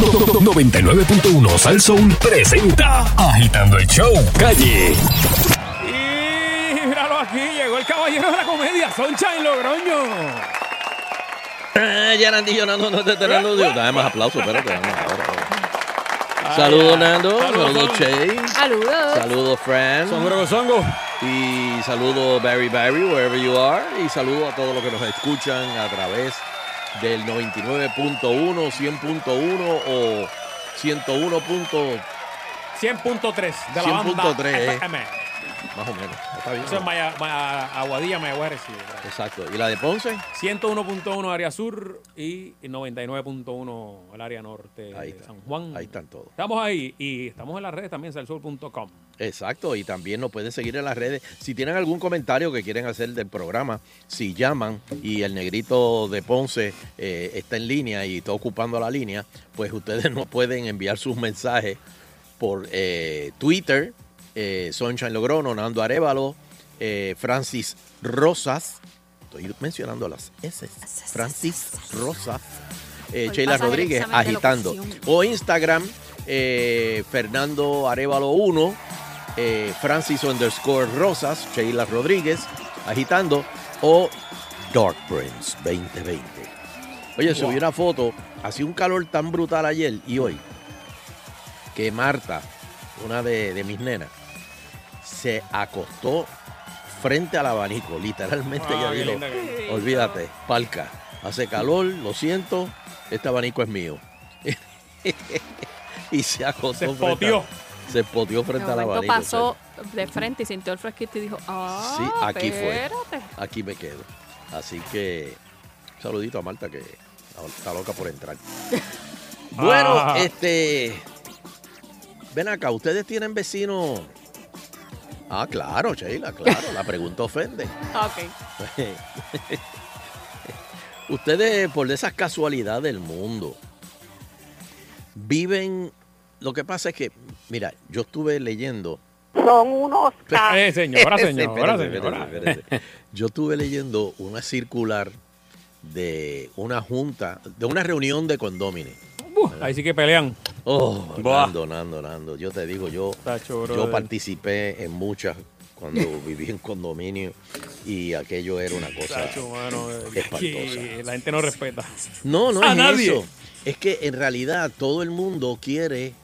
no, no, 99.1 Sal Soul presenta Agitando el Show Calle. Y míralo aquí, llegó el caballero de la comedia, Sunshine Logroño. Ah, ya Nandillo, Nando, no te está dando Dame más aplausos, espérate, dame más ahora, ahora. Saludos, Nando. Saludos, Saludos, Nando. Che. Saludos. Saludos, Fran. Songo Gozongo. Y saludos, Barry Barry, wherever you are. Y saludos a todos los que nos escuchan a través del 99.1, 100.1 o 101. 100.3 de la banda 100.3, FM. más o menos. Está bien. Eso es Maya- Maya- Aguadilla, Mayagüez, sí. Exacto. ¿Y la de Ponce? 101.1 área sur y 99.1 el área norte Ahí de está. San Juan. Ahí están todos. Estamos ahí y estamos en las redes también, salsol.com. Exacto, y también nos pueden seguir en las redes. Si tienen algún comentario que quieren hacer del programa, si llaman y el negrito de Ponce eh, está en línea y está ocupando la línea, pues ustedes nos pueden enviar sus mensajes por eh, Twitter, eh, Sunshine Logrono, Nando Arevalo, eh, Francis Rosas, estoy mencionando las S, Francis Rosas, eh, Hoy Sheila pasas el Rodríguez, examen de agitando. locución. O Instagram, eh, Fernando Arevalo 1, eh, Francis underscore Rosas, Sheila Rodríguez, agitando. O Dark Prince 2020. Oye, subí una foto, hacía un calor tan brutal ayer y hoy, que Marta, una de, de mis nenas, se acostó frente al abanico, literalmente Ah, ella qué dijo, linda que- olvídate, palca, hace calor, lo siento, este abanico es mío. y se acostó Se frente al- poteó. se poteó De frente al momento abanico. pasó de frente y sintió el fresquito y dijo, ah, Sí, aquí fue. espérate". aquí me quedo. Así que un saludito a Marta que está loca por entrar. bueno, Ah. este. Ven acá, ¿ustedes tienen vecinos? Ah, claro, Sheila, claro. la pregunta ofende. Ok. Ustedes, por de esas casualidades del mundo, viven. Lo que pasa es que, mira, yo estuve leyendo Son unos ca- Eh, señora, Sí, señora, espérate, señora. espérate, espérate. Yo estuve leyendo una circular de una junta, de una reunión de condóminos. Uh, ahí sí que pelean. Oh, Buah. Nando, Nando, Nando. Yo te digo, yo, Tacho, yo brother. participé en muchas cuando viví en condominio y aquello era una cosa. Tacho, mano, eh, Espantosa. que la gente no respeta. No, no A es nadie. eso. Es que en realidad todo el mundo quiere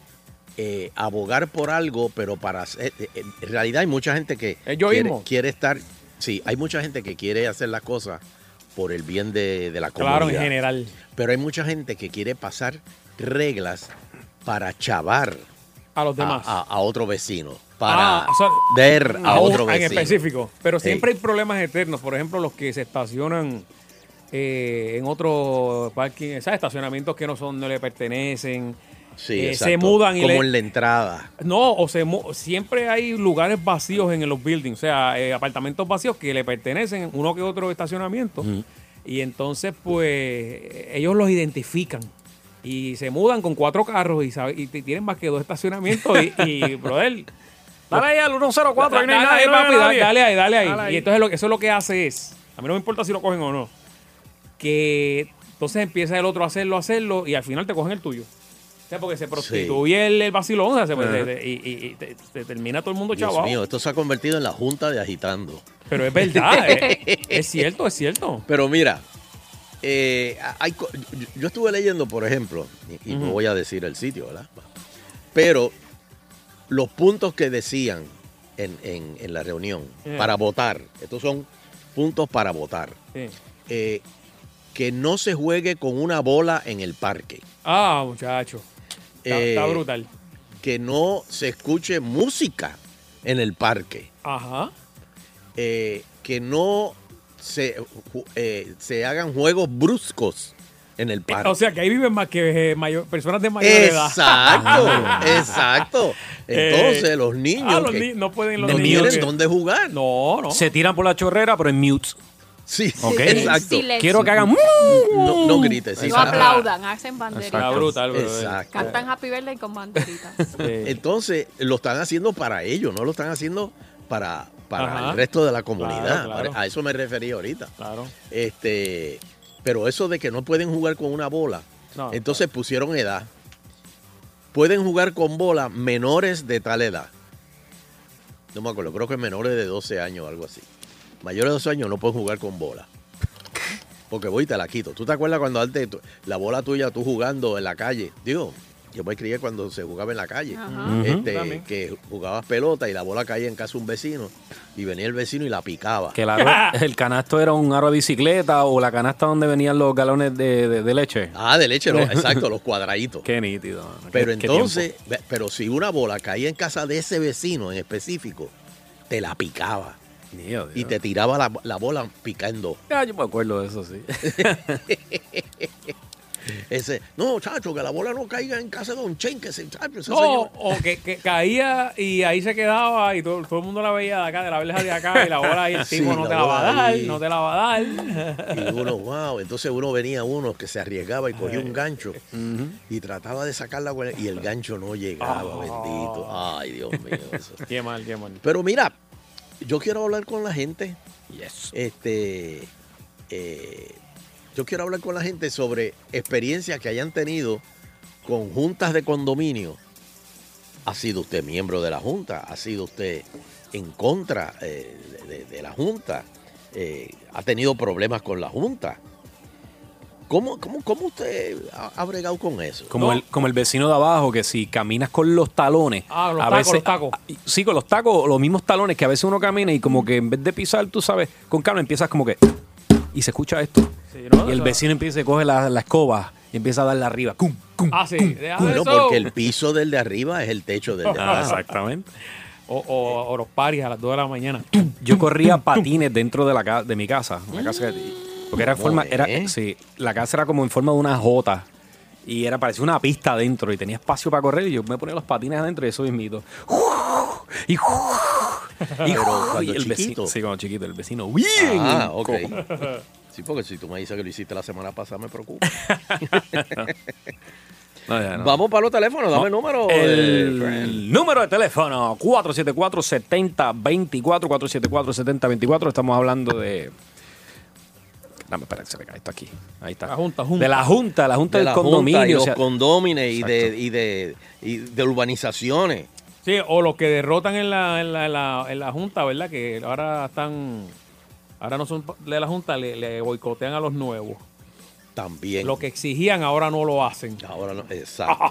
eh, abogar por algo, pero para hacer- eh, eh, en realidad hay mucha gente que Es quiere, yoísmo. quiere estar, sí, hay mucha gente que quiere hacer las cosas por el bien de, de la comunidad. Claro, en general. Pero hay mucha gente que quiere pasar reglas para chavar A los a, demás. a- a otro vecino, Ah, para Ah, o sea, ver a a un- otro en vecino. específico. Pero Sí. siempre hay problemas eternos. Por ejemplo, los que se estacionan eh, en otro parking, ¿sabes? Estacionamientos que no son, no le pertenecen. Sí, Eh, se exacto. mudan y como le- en la entrada. No, o se mu- siempre hay lugares vacíos en los buildings, o sea, eh, apartamentos vacíos que le pertenecen uno que otro estacionamiento. Y entonces, pues, ellos los identifican. Y se mudan con cuatro carros y, sabe- y t- tienen más que dos estacionamientos. Y, y brother, Dale ahí al 104, ahí no hay dale nadie, ahí, no hay papi, da- nadie. dale ahí, dale ahí. Dale ahí. Y entonces lo, que- eso es lo que hace es, a mí no me importa si lo cogen o no, que entonces empieza el otro a hacerlo, a hacerlo, y al final te cogen el tuyo. O sea, porque se prostituye el, el vacilón, o sea, se- se- se- y, y- y te, se termina todo el mundo Dios chavado. mío, esto se ha convertido en la junta de agitando. Pero es verdad, es, es cierto, es cierto. Pero mira, eh, hay co- yo- yo estuve leyendo, por ejemplo, y, y no voy a decir el sitio, ¿verdad? Pero los puntos que decían en, en- en la reunión Eh. para votar, estos son puntos para votar, Sí. eh, que no se juegue con una bola en el parque, Ah, muchacho. Está, Eh, está brutal. que no se escuche música en el parque, Ajá. eh, que no se, ju- eh, se hagan juegos bruscos en el parque. O sea, que ahí viven más que eh, mayor- personas de mayor edad. Exacto, exacto. Entonces, los niños Eh, Ah, los que ni- no pueden los no niños. tienen que- dónde jugar. No, no. Se tiran por la chorrera, pero en mute. Sí, Ok. exacto. Silencio. Quiero que hagan. No, Mm. no grites. sí, No exacto. aplaudan, hacen banderitas. Está brutal, bro. Exacto. Cantan Happy Birthday con banderitas. Sí. Entonces, lo están haciendo para ellos, no lo están haciendo para, para Ajá. el resto de la comunidad. Claro, claro. A eso me refería ahorita. Claro. Este, pero eso de que no pueden jugar con una bola. No, entonces pusieron edad. pueden jugar con bola menores de tal edad. No me acuerdo, creo que menores de 12 años o algo así. Mayores de 12 años no pueden jugar con bola. Porque voy y te la quito. ¿Tú te acuerdas cuando antes tú- la bola tuya tú jugando en la calle? Digo, yo me crié cuando se jugaba en la calle. Ajá. Este, Yo también. que jugabas pelota y la bola caía en casa de un vecino y venía el vecino y la picaba. Que el, aro- el canasto era un aro de bicicleta o la canasta donde venían los galones de, de- de leche. Ah, de leche, no, exacto, los cuadraditos. Qué nítido. mano. Pero Qué- qué entonces, tiempo. ve- pero si una bola caía en casa de ese vecino en específico, te la picaba Dios, y Dios. te tiraba la, la bola picando. Ah, yo me acuerdo de eso, sí. Ese, no, chacho, que la bola no caiga en casa de Don Chen, que se chacho, ese No, señor". o que, que caía y ahí se quedaba y todo, todo el mundo la veía de acá, de la verja de acá, y la bola ahí, el Sí, tipo no la te la va a bola dar, ahí. no te la va a dar. Y uno, wow, entonces uno venía uno que se arriesgaba y cogía un gancho y trataba de sacarla con el- y el gancho no llegaba, Ah. bendito. Ay, Dios mío. eso. Qué mal, qué mal. Pero mira, yo quiero hablar con la gente Yes. este eh, yo quiero hablar con la gente sobre experiencias que hayan tenido con juntas de condominio. ¿Ha sido usted miembro de la junta? ¿Ha sido usted en contra eh, de, de la junta? Eh, ¿Ha tenido problemas con la junta? ¿Cómo, cómo, cómo usted ha, ha bregado con eso? Como, No. el, como el vecino de abajo, que si caminas con los talones. Ah, los tacos, los tacos. a- a- sí, con los tacos, los mismos talones que a veces uno camina y como que en vez de pisar, tú sabes, con calma empiezas como que. Y se escucha esto. Sí, ¿no? y el Ah, Eso- vecino empieza y coge la, la escoba y empieza a darle arriba. ¡Cum, cum, Ah, sí, cum, deja cum! de- Bueno, eso. porque el piso del de arriba es el techo del de Ah, abajo. exactamente. O, o, o los paris a las 2 de la mañana. Yo corría patines dentro de la ca- de mi casa, la casa que- porque era en ¿Cómo forma era es? sí, la casa era como en forma de una jota y era parecía una pista adentro y tenía espacio para correr y yo me ponía los patines adentro y eso mismito. Y y, cuando y el chiquito. vecino, sí, cuando chiquito, el vecino bien. Ah, ok. encojo. Sí, porque si tú me dices que lo hiciste la semana pasada, me preocupa. No, ya no. Vamos para los teléfonos, dame el número. eh, friend. El número de teléfono 474-7024, 474-7024. Estamos hablando de... Dame, espera, que se me cae esto aquí. Ahí está. La junta, junta. De la junta, la junta de la del condominio. junta y o los sea, condómines y de, y, de, y de urbanizaciones. Sí, o los que derrotan en la, en la, en la, en la Junta, ¿verdad? Que ahora están. Ahora no son de la Junta, le, le boicotean a los nuevos. También. Lo que exigían ahora no lo hacen. Ahora no, exacto.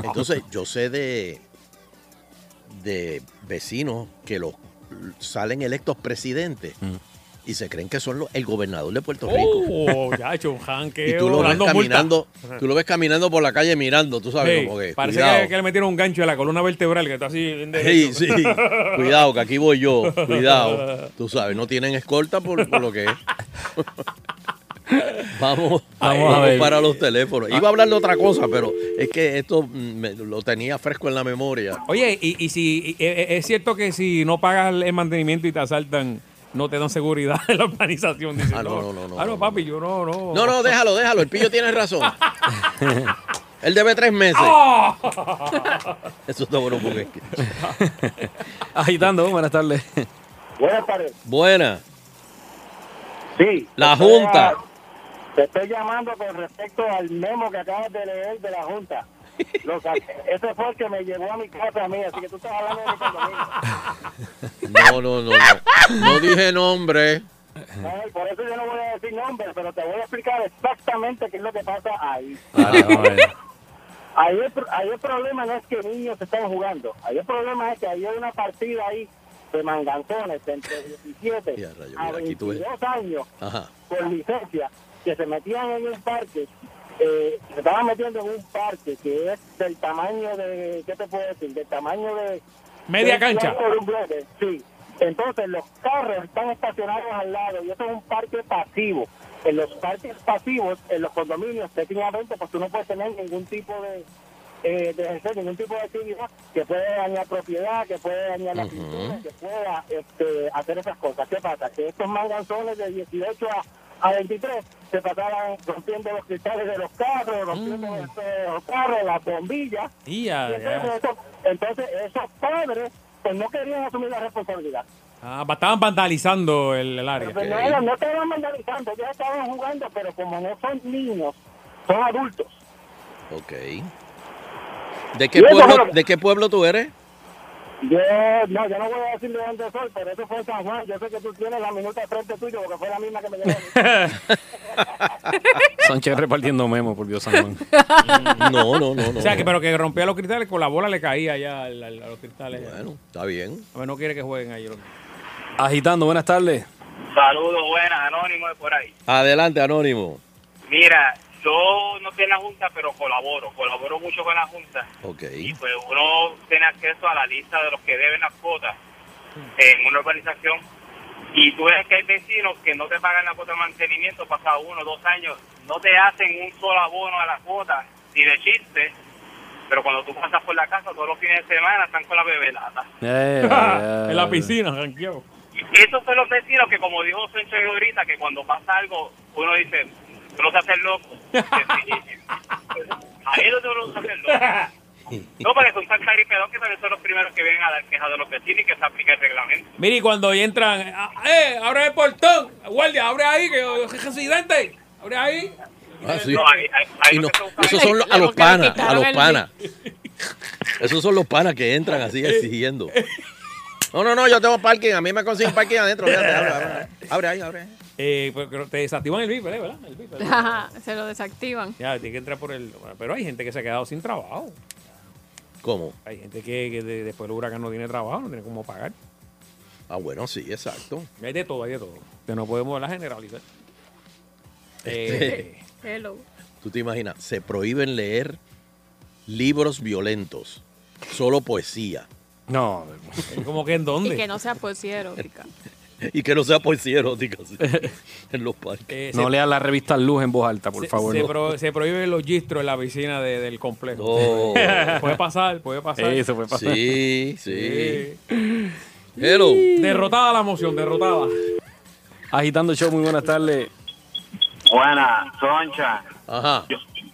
Entonces, yo sé de, de vecinos que los salen electos presidentes y se creen que son los- el gobernador de Puerto Rico. Mm. Oh, ya, chunjan, que Y tú lo, ves dando multa. caminando, tú lo ves caminando por la calle mirando, tú sabes, Sí, como que, parece cuidado. que, que le metieron un gancho a la columna vertebral que está así. en Sí, derecho. sí. Cuidado, que aquí voy yo. Cuidado. Tú sabes, no tienen escolta por, por lo que es. Vamos, Vamos a ver. para los teléfonos. Iba a hablar de otra cosa, pero es que esto mm, me- lo tenía fresco en la memoria. Oye, y, y si y- e- e- es cierto que si no pagas el mantenimiento y te asaltan, no te dan seguridad en la urbanización. Dice, Ah, no, no, no, no, Ah, no, no, papi, yo no, no. No, no, déjalo, déjalo. El pillo tiene razón. Él debe tres meses. ¡Ah! Eso está bueno porque es que- Agitando, buenas tardes. Buenas tardes. Buena. Sí. La te estoy Junta. a- Te estoy llamando con respecto al memo que acabas de leer de la Junta. Lo saqué. Ese fue el que me llevó a mi casa a mí, así que tú estás hablando de mi condominio. No, no, no. No, no dije nombre. Ay, por eso yo no voy a decir nombres, pero te voy a explicar exactamente qué es lo que pasa ahí. Ah, Ahí el, pro- ahí el problema no es que niños están jugando. Ahí el problema es que ahí hay una partida ahí de manganzones de entre 17 Ya, rayo, a mira, aquí tú ves. 22 años Ajá. con licencia que se metían en un parque, eh, se estaban metiendo en un parque que es del tamaño de, ¿qué te puedo decir? Del tamaño de... Media de un cancha. bloque, de un bloque, sí. Entonces los carros están estacionados al lado y eso es un parque pasivo. En los parques pasivos, en los condominios, técnicamente, pues tú no puedes tener ningún tipo de... Eh, de ejercer ningún tipo de actividad que puede dañar propiedad, que puede dañar la pintura, que pueda este, hacer esas cosas. ¿Qué pasa? Que estos manganzones de 18 a, a 23 se pasaban rompiendo los cristales de los carros, rompiendo los, eh, los carros, las bombillas. Tía, Y entonces, Ah, ya. eso- entonces esos padres pues no querían asumir la responsabilidad. Ah, estaban vandalizando el, el área. Pero pues, no, eran- no estaban vandalizando, ya estaban jugando, pero como no son niños, son adultos. Ok. ¿De qué, Y eso pueblo, fue lo- ¿De qué pueblo tú eres? Yo, no, yo no voy a decir de dónde soy, pero eso fue en San Juan. Yo sé que tú tienes la minuta de frente tuyo porque fue la misma que me llevó. Sánchez repartiendo memos, por Dios San Juan. No, no, no, no. O sea, que, no. pero que rompía los cristales, con la bola le caía ya al- al- a los cristales. Bueno, está bien. A ver, no quiere que jueguen ahí. Agitando, buenas tardes. Saludos, buenas, anónimo de por ahí. Adelante, Anónimo. Mira, yo no estoy en la Junta, pero colaboro, colaboro mucho con la Junta. Ok. Y pues uno tiene acceso a la lista de los que deben las cuotas en una urbanización. Y tú ves que hay vecinos que no te pagan la cuota de mantenimiento pasado uno, dos años, no te hacen un solo abono a la cuota, ni de chiste. Pero cuando tú pasas por la casa todos los fines de semana están con la bebelata. Eh, eh, en la eh. piscina, tranquilo. Esos son los vecinos que, como dijo Sancho ahorita, que cuando pasa algo, uno dice, tú no te haces loco. a ellos no te haces loco. No, porque son tan caripedos que también son los primeros que vienen a dar quejas de los vecinos y que se aplica el reglamento. Mire, y cuando ahí entran, ah, ¡eh! ¡Abre el portón! ¡Guardia, abre ahí! ¡Que yo soy residente! ¡Abre ahí! Ah, sí. No, ahí- ahí- ahí Y no- no se usa- esos son los- a Le los quitaron panas, a los el- panas. Esos son los panas que entran así exigiendo. No, no, no, yo tengo parking, a mí me consiguen parking adentro. fíjate, abre, abre, abre ahí, abre ahí. Eh, pero creo- te desactivan el VIP, ¿verdad? El VIP, ¿verdad? Ajá, se lo desactivan. Ya, tiene que entrar por el. Pero hay gente que se ha quedado sin trabajo. ¿Cómo? Hay gente que, que de- después del huracán no tiene trabajo, no tiene cómo pagar. Ah, bueno, sí, exacto. Hay de todo, hay de todo. Que no podemos la generalizar. Este, Eh, Hello. Tú te imaginas, se prohíben leer libros violentos, solo poesía. No, ¿Cómo que en Y que dónde? no sea poesía erótica. Y que no sea poesía erótica sí, en los parques. Eh, no se- lea la revista Luz en voz alta, por se, favor. Se, pro- se prohíben los gistros en la piscina de- del complejo. Oh, Puede pasar, puede pasar. Eso fue pasar. sí, sí. Sí. Hello. Derrotada la moción, derrotada. Agitando show, muy buenas tardes. Buenas, Soncha. Ajá.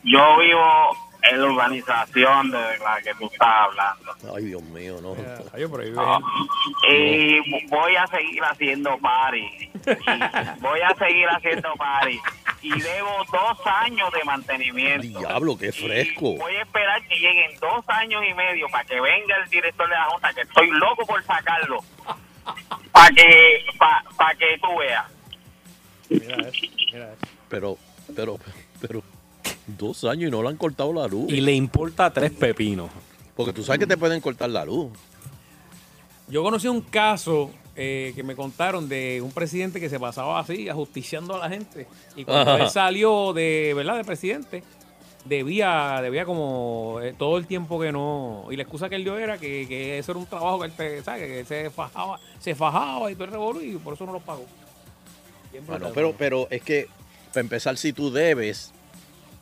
Yo vivo en la urbanización de la que tú estás hablando. Ay, Dios mío, no. Ay, pero ahí ve Ah. gente. Y Eh, voy a seguir haciendo party. Y voy a seguir haciendo party. Y debo dos años de mantenimiento. Diablo, qué fresco. Y Voy a esperar que lleguen dos años y medio para que venga el director de la Junta, que estoy loco por sacarlo. Para que, pa, pa que tú veas. Mira eso, mira eso. Pero, pero, pero, dos años y no le han cortado la luz. Y le importa tres pepinos. Porque tú sabes que te pueden cortar la luz. Yo conocí un caso eh, que me contaron de un presidente que se pasaba así, ajusticiando a la gente. Y cuando Ajá. él salió de, ¿verdad?, de presidente, debía, debía como eh, todo el tiempo que no. Y la excusa que él dio era que, que eso era un trabajo que él te- ¿sabes? Que se fajaba, se fajaba y todo el revolú y por eso no lo pagó. Bien Bueno, brutal, Ah, pero, mano. pero es que, para empezar, si tú debes,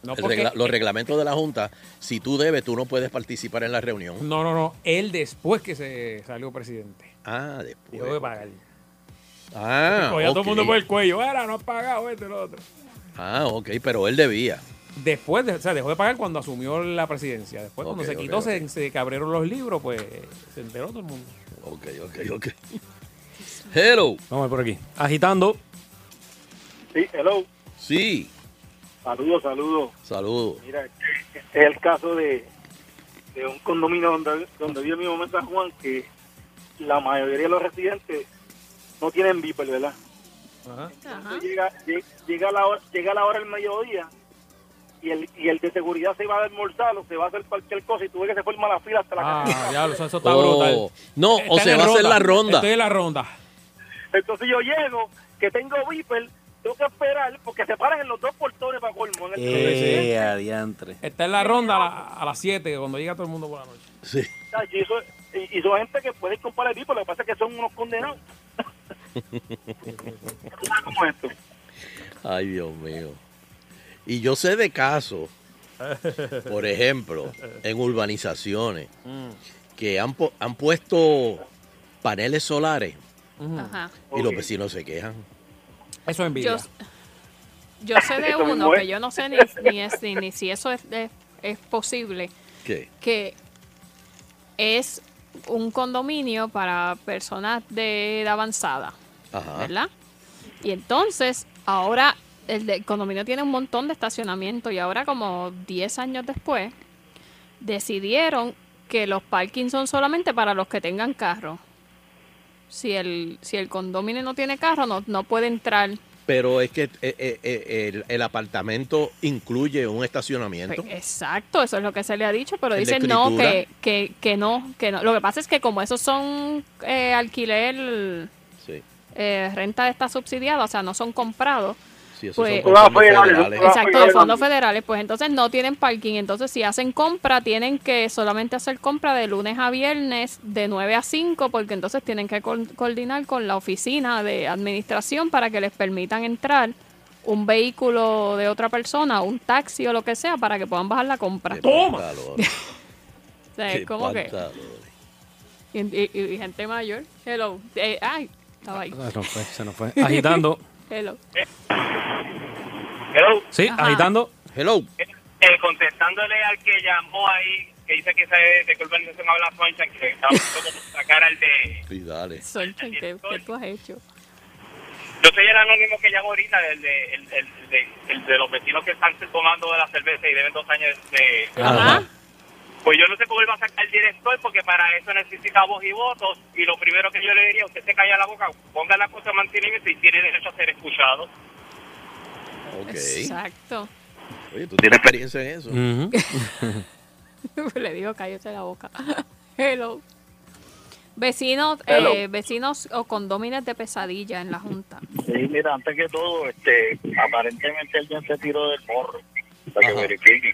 No, el porque- regla- los reglamentos de la Junta, si tú debes, tú no puedes participar en la reunión. no, no, no. Él después que se salió presidente. Ah, Yo voy a después. pagar. Ah, Cogía a todo el ok. mundo por el cuello. Era, no has pagado este, lo otro. ah, ok, pero él debía. Después, de- o sea, dejó de pagar cuando asumió la presidencia. Después, cuando Ok, se ok, quitó, ok. Se, se cabrieron los libros, pues se enteró todo el mundo. Ok, ok, ok. Hello. Vamos a ver por aquí. Agitando. Sí, hello. Sí. Saludos, saludos. Saludos. Mira, este es el caso de, de un condominio donde, donde vive mi mamá en San Juan, que la mayoría de los residentes no tienen viper, ¿verdad? Ajá. Llega, lle- llega, la hora, llega la hora del mediodía y el, y el de seguridad se va a almorzar o se va a hacer cualquier cosa y tú ves que se forma la fila hasta la casa. Ah, ya, lo- eso está Oh, brutal. no, o Está se en va a hacer ronda. la ronda. Estoy en la ronda. Entonces yo llego, que tengo viper, tengo que esperar porque se paran en los dos portones para colmo. en el- Eh, Eh, adiantre. Está en la ronda a, la- a las 7, cuando llega todo el mundo por la noche. Sí. Y, eso- y- y son gente que puede comprar el viper, lo que pasa es que son unos condenados. ¿Cómo es esto? Ay, Dios mío. Y yo sé de casos, por ejemplo, en urbanizaciones, que han, po- han puesto paneles solares Ajá. y los Ok. vecinos se quejan. Eso es envidia. Yo, yo sé de Eso mismo uno, es. que yo no sé ni, ni, es- ni- ni si eso es, es- es posible, ¿Qué? que es un condominio para personas de edad avanzada, Ajá. ¿verdad? Y entonces, ahora el de- el condominio tiene un montón de estacionamiento y ahora como 10 años después, decidieron que los parkings son solamente para los que tengan carro. Si el, si el condominio no tiene carro, no, no puede entrar. Pero es que eh, eh, eh, el, el apartamento incluye un Pues, estacionamiento. exacto, eso es lo que se le ha dicho, pero En la dicen no, escritura. que, que, que no, que no. Lo que pasa es que como esos son eh, alquiler, Sí, eh, renta de esta subsidiada, o sea, no son comprados, sí, esos Pues- son conceptos Rafael, dale, federales. Rafael. exacto, de federal. fondos federales, pues entonces no tienen parking. Entonces, si hacen compra, tienen que solamente hacer compra de lunes a viernes, de 9 a 5, porque entonces tienen que co- coordinar con la oficina de administración para que les permitan entrar un vehículo de otra persona, un taxi o lo que sea, para que puedan bajar la compra. Qué Toma. pantalones, O sea, es qué como que. pantalones. Y, y- y gente mayor. Hello. Eh, ay, estaba ahí. Se nos fue, se nos fue. Agitando. Hello. Hello. Sí, Ajá. agitando. Hello. Eh, contestándole al que llamó ahí, que dice que sabe de qué urbanización habla Sonchan, que estaba como sacar al de... Sí, dale. Sonchen, ¿qué, qué tú has hecho? Yo soy el anónimo que llamó ahorita, el de, el, el- el de, el de los vecinos que están tomando de la cerveza y deben dos años de... Ajá. Pues yo no sé cómo él va a sacar el director, porque para eso necesita voz y votos, y lo primero que yo le diría, usted se calla la boca, ponga la cosa de mantenimiento y tiene derecho a ser escuchado. Ok. Exacto. Oye, tú tienes experiencia en eso. Ujú. Pues Le digo, cállate la boca. Hello. Vecinos, Hello. eh, vecinos o condóminos de pesadilla en la Junta. Sí, mira, antes que todo, este, aparentemente alguien se tiró del morro. Para que Ajá. verifiquen.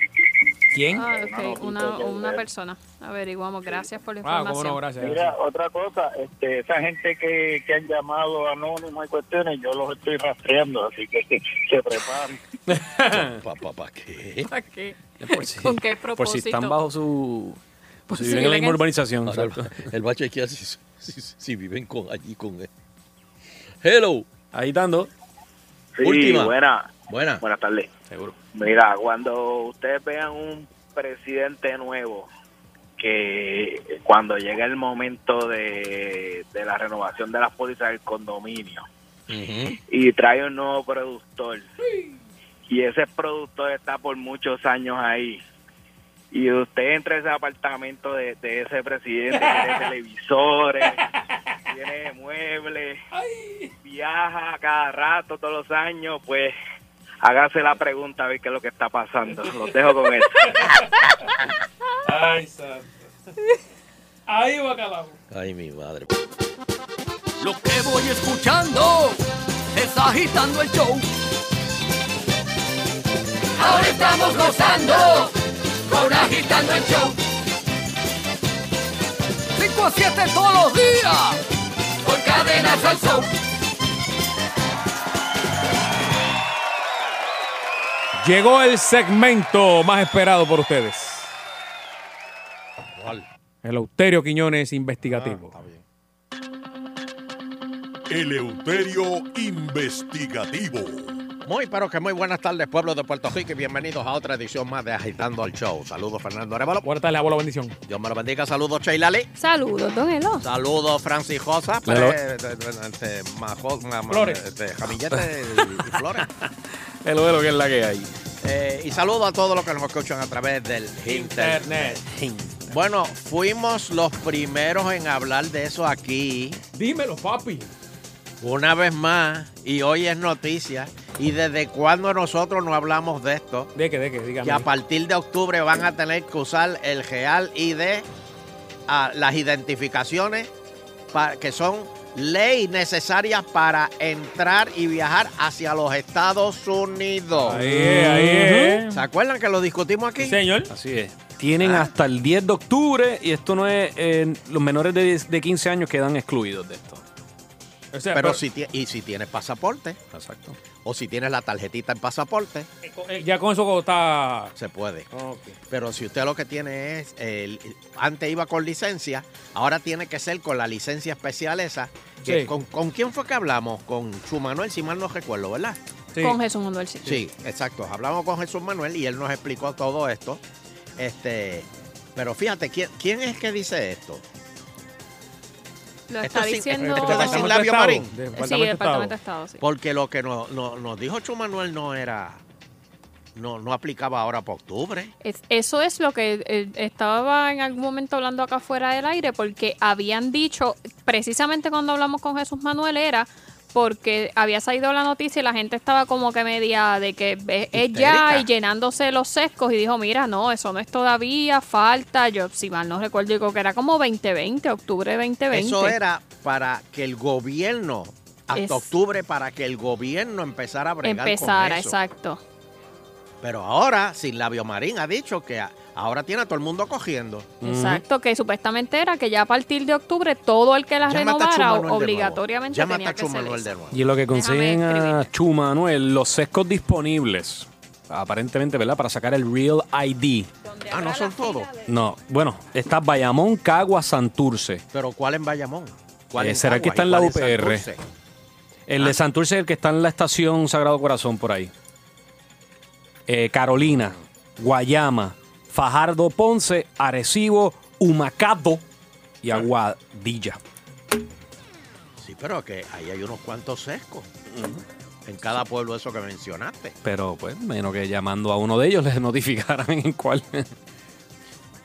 ¿Quién? Ah, ok. Una, noticia una que- persona. Averiguamos. Gracias por la Ah, cómo no, información. gracias. Mira, otra cosa, este, esa gente que, que han llamado anónimos y cuestiones, yo los estoy rastreando, así que se preparen. Pa, pa, pa, ¿qué? ¿Para qué? Por si- ¿Con qué Por si están propósito? bajo su. Por si si viven en la viven misma en- urbanización. Ahora exacto. él- él va a chequear si, si- si viven con, allí con él. Hello. Agitando. Sí, Última. buena, Buena. buenas tardes. Seguro. Mira, cuando ustedes vean un presidente nuevo, que cuando llega el momento de, de la renovación de las pólizas del condominio Ujú. y trae un nuevo productor, y ese productor está por muchos años ahí, y usted entra a ese apartamento de, de ese presidente, tiene televisores, tiene muebles, viaja cada rato, todos los años, pues hágase la pregunta a ver qué es lo que está pasando. Los dejo con eso. Ay, santo. Ahí va calado. Ay, mi madre. Lo que voy escuchando es agitando el show. Ahora estamos gozando con agitando el show. 5 a 7 todos los días por cadenas al show. Llegó el segmento más esperado por ustedes. ¿Cuál? Ah. Eleuterio Quiñones investigativo. Eleuterio Investigativo. Muy, pero que muy buenas tardes, pueblo de Puerto Rico, y bienvenidos a otra edición más de Agitando al Show. Saludos, Fernando Arevalo. Buenas tardes, abuelo, bendición. Dios me lo bendiga. Saludos, Sheila Lee. Saludos, don Elo. Saludos, Francis Josa. Hello. eh, eh, eh, eh, Majo- ma- ma- Flores. este, Jamillete y y Flores. El lo que es la que hay. Eh, y saludo a todos los que nos escuchan a través del internet. Bueno, fuimos los primeros en hablar de eso aquí, Dímelo, papi. una vez más, y hoy es noticia. ¿Y desde cuándo nosotros no hablamos de esto? De que, de que, dígame. Que a partir de octubre van a tener que usar el Real ID, a las identificaciones pa- que son ley necesarias para entrar y viajar hacia los Estados Unidos. Ahí es, ahí es. ¿Se acuerdan que lo discutimos aquí? Sí, señor. Así es. Tienen hasta el 10 de octubre y esto no es. eh, los menores de, 10 de 15 años quedan excluidos de esto. O sea, Pero si, ti- y si tienes pasaporte, Exacto. o si tienes la tarjetita en pasaporte, eh, ya con eso está. se puede. Ok. Pero si usted lo que tiene es, el- antes iba con licencia, ahora tiene que ser con la licencia especial esa. que- Sí. con, ¿Con quién fue que hablamos? Con su Manuel, si mal no recuerdo, ¿verdad? Sí. Con Jesús Manuel Silva. Sí, exacto. Hablamos con Jesús Manuel y él nos explicó todo esto. Este, pero fíjate, ¿quién, quién es que dice esto? Lo Esto está sí- diciendo. esto está sin Sí, la- labio marín. Eh, Del el Departamento de Estado, sí. Porque lo que no- no- nos dijo Chu Manuel no era no, no aplicaba ahora para octubre. Es- eso es lo que eh, estaba en algún momento hablando acá fuera del aire, porque habían dicho, precisamente cuando hablamos con Jesús Manuel, era porque había salido la noticia y la gente estaba como que media de que es- es ya Histérica. y llenándose los sescos y dijo, mira, no, eso no es todavía, falta, yo si mal no recuerdo, digo que era como 2020, octubre 2020. Eso era para que el gobierno, hasta Es- octubre, para que el gobierno empezara a bregar empezar, con eso. exacto. Pero ahora, Silvio Marín ha dicho que a- ahora tiene a todo el mundo cogiendo. Exacto, que supuestamente era que ya a partir de octubre todo el que la Llama a Tachu renovara Manuel de nuevo. obligatoriamente Llama a tenía que Tachu ser Manuel esa. de nuevo. Y lo que Déjame consiguen a Chu Manuel, los sescos disponibles, aparentemente, ¿verdad? Para sacar el Real ID. Ah, no son todos. No, bueno, está Bayamón, Cagua, Santurce. Pero ¿cuál en Bayamón? ¿Cuál Eh, en ¿Será el que está Caguas y en la cuál en UPR? Santurce? El de Santurce es el que está en la estación Sagrado Corazón por ahí. Eh, Carolina, Guayama, Fajardo Ponce, Arecibo, Humacado y Aguadilla. Sí, pero que ahí hay unos cuantos sescos. En cada pueblo eso que mencionaste. Pero pues, menos que llamando a uno de ellos les notificaran en cuál.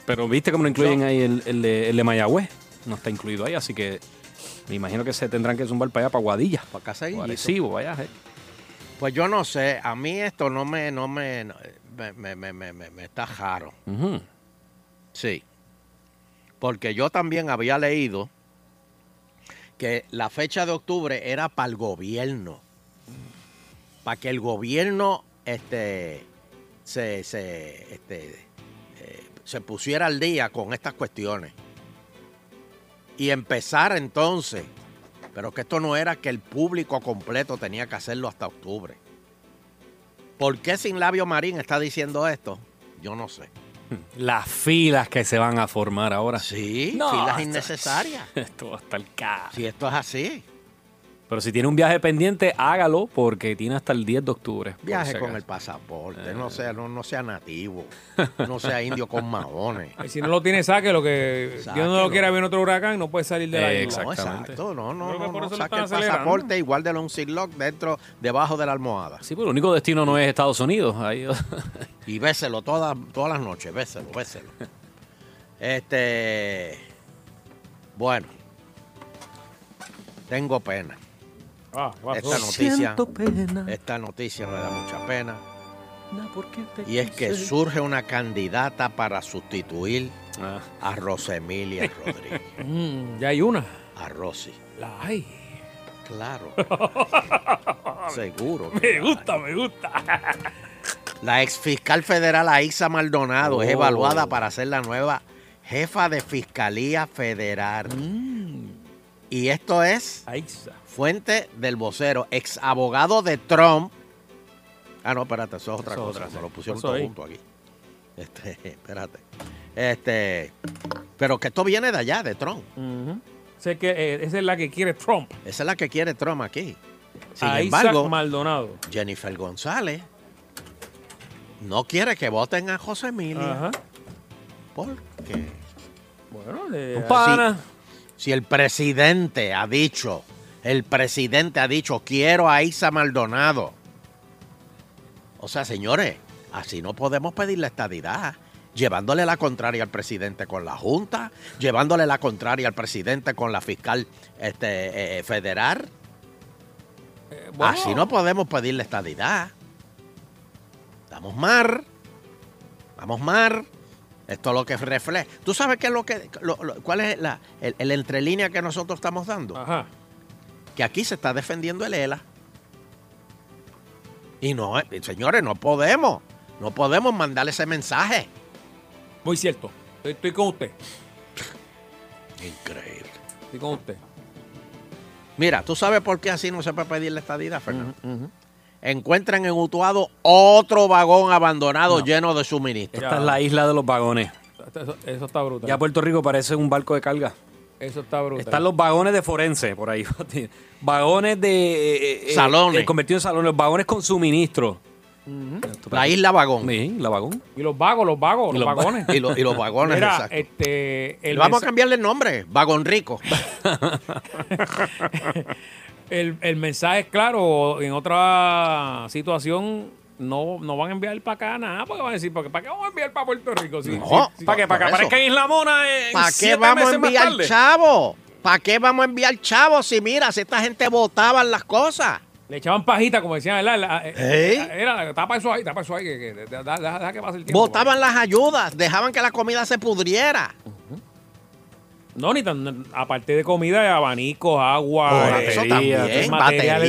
Pero viste cómo no incluyen ahí el, el de, el de Mayagüez. No está incluido ahí, así que me imagino que se tendrán que zumbar para allá, para Guadilla. Para casa de o Guillito. Arecibo, vaya. eh. Pues yo no sé, a mí esto no me, no me, no- me, me- me- me- me- me está raro. Ujú. Sí. Porque yo también había leído que la fecha de octubre era para el gobierno. Para que el gobierno este, se, se, este, eh, se pusiera al día con estas cuestiones. Y empezar entonces. Pero que esto no era que el público completo tenía que hacerlo hasta octubre. ¿Por qué Sin Labio Marín está diciendo esto? Yo no sé. Las filas que se van a formar ahora. Sí, No, filas esto- innecesarias. Esto va a estar caro. Si esto es así, Pero si tiene un viaje pendiente, hágalo porque tiene hasta el 10 de octubre. por viaje si con acaso. el pasaporte, Eh. no sea, no, no sea nativo, no sea indio con maones. Y si no lo tiene, saque lo que Dios no Sáquelo. lo quiera ver en otro huracán, no puede salir de la isla. No, exacto, no, no, Creo que no, por no, eso lo saque están el acelerando. pasaporte y guárdelo en un ziploc dentro, debajo de la almohada. Sí, pero el único destino no es Estados Unidos. Ahí- ah. Y béselo todas, todas las noches, béselo, béselo. Este, bueno, tengo pena. Ah, guau, Esta todo. noticia, Siento pena. esta noticia me da mucha pena. ¿Por qué te Y es que quise? surge una candidata para sustituir a Rosemilia Rodríguez. Mm, ya hay una. A Rosy. La hay. Claro. Seguro. Me gusta, me gusta. La exfiscal federal Aixa Maldonado es Oh. evaluada para ser la nueva jefa de Fiscalía Federal. Mm. Y esto es fuente del vocero, ex abogado de Trump. Ah, no, espérate, eso es otra Eso es cosa. otra, se lo sí. pusieron Eso todo ahí. junto aquí. Este, espérate. Este, pero que esto viene de allá, de Trump. Sé que eh, esa es la que quiere Trump. Esa es la que quiere Trump aquí. Sin A Isaac embargo, Maldonado. Jennifer González no quiere que voten a José Emilio. Ajá. ¿Por qué? Bueno, eh, Si, si el presidente ha dicho, el presidente ha dicho, quiero a Isa Maldonado. O sea, señores, así no podemos pedir la estadidad. Llevándole la contraria al presidente con la Junta, llevándole la contraria al presidente con la fiscal este, eh, federal. Eh, bueno. Así no podemos pedir la estadidad. Estamos mar. Vamos mar. Esto es lo que refleja. ¿Tú sabes qué es lo que, lo- lo- cuál es la el, el entrelínea que nosotros estamos Ah. dando? Que aquí se está defendiendo el ELA. Y no, eh, señores, no podemos. No podemos mandarle ese mensaje. Muy cierto. Estoy, estoy con usted. Increíble. Estoy con usted. Mira, ¿tú sabes por qué así no se puede pedir la estadidad, Fernando? Encuentran en Utuado otro vagón abandonado lleno de suministros. Esta es la isla de los vagones. Eso, eso está brutal. pues, Ya Puerto Rico parece un barco de carga. Eso está brutal. Están los vagones de forense por ahí. vagones de... eh, eh, Salones. eh, convertidos en salones. Vagones con suministro. La isla vagón. Sí, la vagón. Y los vagos, los vagos, Y los, los va- vagones. y los- y los vagones, Mira, exacto. este, el Vamos a mensa- cambiarle el nombre. Vagón Rico. el, el mensaje es claro. En otra situación, no, no van a enviar para acá nada, porque van a decir, porque ¿para qué vamos a enviar para Puerto Rico? Si- No, si- si- ¿Para qué? ¿Para que por eso. aparezca en Isla Mona en ¿Para qué siete vamos a meses más enviar tarde? chavo? ¿Para qué vamos a enviar chavo si mira, si esta gente votaban las cosas? Le echaban pajita, como decían, ¿verdad? La- eh, ¿Eh? Era, tapa eso ahí, tapa eso ahí, que, que- da- da- da- deja que pase el tiempo. Votaban las ayudas, dejaban que la comida se pudriera. No, ni tan, aparte de comida, abanicos, agua, Por eh, eso materiales, también,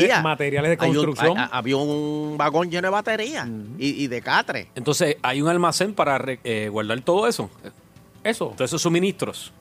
batería. De, materiales de Hay un- construcción. hay- había un vagón lleno de batería y, y de catre. Entonces, hay un almacén para re- eh, guardar todo eso. Eso. eh, Todos esos suministros.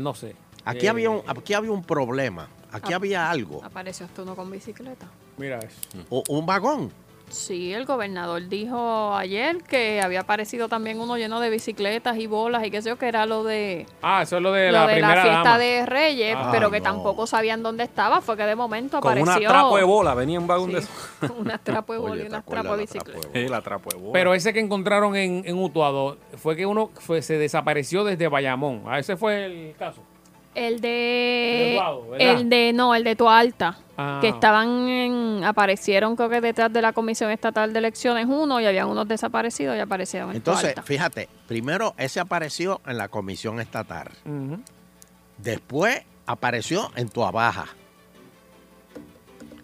no sé. Eh, Aquí, había un, aquí había un problema, aquí Ah. había algo. Apareció hasta uno con bicicleta. Mira eso. O- un vagón. Sí, el gobernador dijo ayer que había aparecido también uno lleno de bicicletas y bolas y qué sé yo, que era lo de Ah, eso es lo de lo la de la primera fiesta dama. de Reyes, Ah, pero que no. tampoco sabían dónde estaba, fue que de momento Con un apareció atrapo de bola, venía un vagón de eso. un atrapo de bola y un atrapo de bicicleta. Sí, el atrapo de bola. Pero ese que encontraron en, en Utuado fue que uno fue- se desapareció desde Bayamón. Ah, ese fue el caso. El El de de. Utuado, ¿verdad? El de. No, el de Tualta. Ah. Que estaban en. Aparecieron, creo que detrás de la Comisión Estatal de Elecciones uno y habían unos desaparecidos y aparecieron en Entonces, Tualta. fíjate, primero ese apareció en la comisión estatal. Después apareció en tu Baja.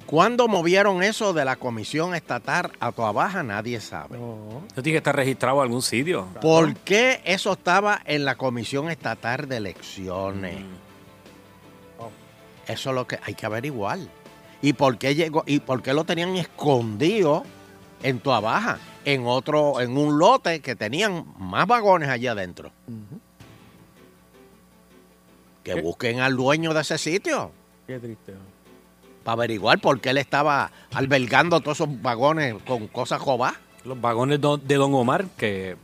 ¿Cuándo movieron eso de la comisión estatal a tu Baja? Nadie sabe. Eso tiene que estar registrado en algún sitio. ¿Por qué eso estaba en la comisión estatal de elecciones? Eso es lo que hay que averiguar. ¿Y por qué llegó y por qué lo tenían escondido en tu Baja, en otro en un lote que tenían más vagones allá adentro? Que busquen al dueño de ese sitio Qué triste. ¿no? para averiguar por qué él estaba albergando todos esos vagones con cosas jová. Los vagones do- de Don Omar que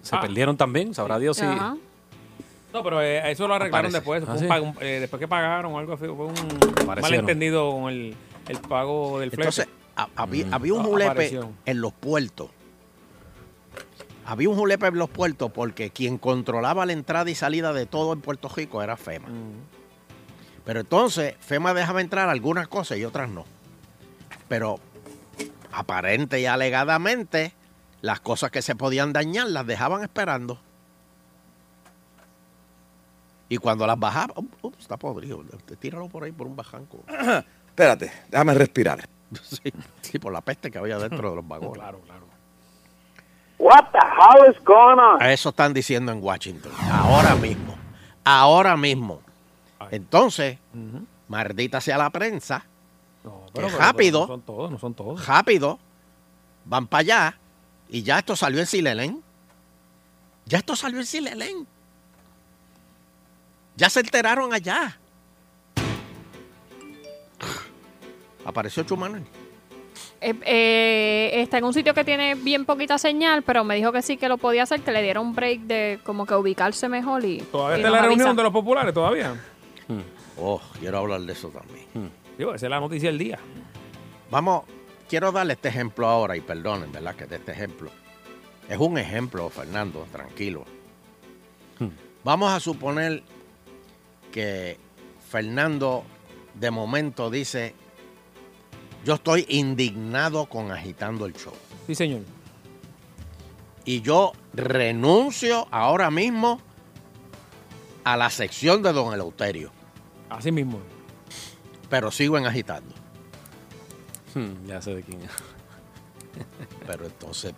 se perdieron también, sabrá Dios si. Ajá. No, pero eh, eso lo arreglaron Aparece. después. eso fue Ah, un ¿sí? pag- un- eh, después que pagaron o algo así, fue un malentendido con el, el pago del flete. Entonces, ha- había, había un Ah, julepe apareció. en los puertos. Había un julepe en los puertos porque quien controlaba la entrada y salida de todo en Puerto Rico era FEMA. Mm. Pero entonces, FEMA dejaba entrar algunas cosas y otras no. Pero aparente y alegadamente, las cosas que se podían dañar las dejaban esperando. Y cuando las bajaba, "Up, up, está podrido, tíralo por ahí por un bajanco. Espérate, déjame respirar. Sí, sí, por la peste que había dentro de los vagones. Claro, claro. What the hell is going on? Eso están diciendo en Washington. Ahora mismo. Ahora mismo. Entonces, maldita sea la prensa. Pero- que pero- pero rápido, No son todos, no son todos. rápido, van para allá. Y ya esto salió en Silelén. Ya esto salió en Silelén. Ya se enteraron allá. Apareció Chumana. Eh, eh, está en un sitio que tiene bien poquita señal, pero me dijo que sí que lo podía hacer, que le diera un break de como que ubicarse mejor y. Todavía y está nos la reunión avisa. de los populares, todavía. Oh, quiero hablar de eso también. Digo, esa es la noticia del día. Vamos, quiero darle este ejemplo ahora y perdonen, ¿verdad? Que de este ejemplo. Es un ejemplo, Fernando, tranquilo. Vamos a suponer que Fernando de momento dice, yo estoy indignado con agitando el show. Sí, señor. Y yo renuncio ahora mismo a la sección de don Eleuterio, Así mismo. pero sigo en agitando. Hmm, ya sé de quién es. Pero entonces,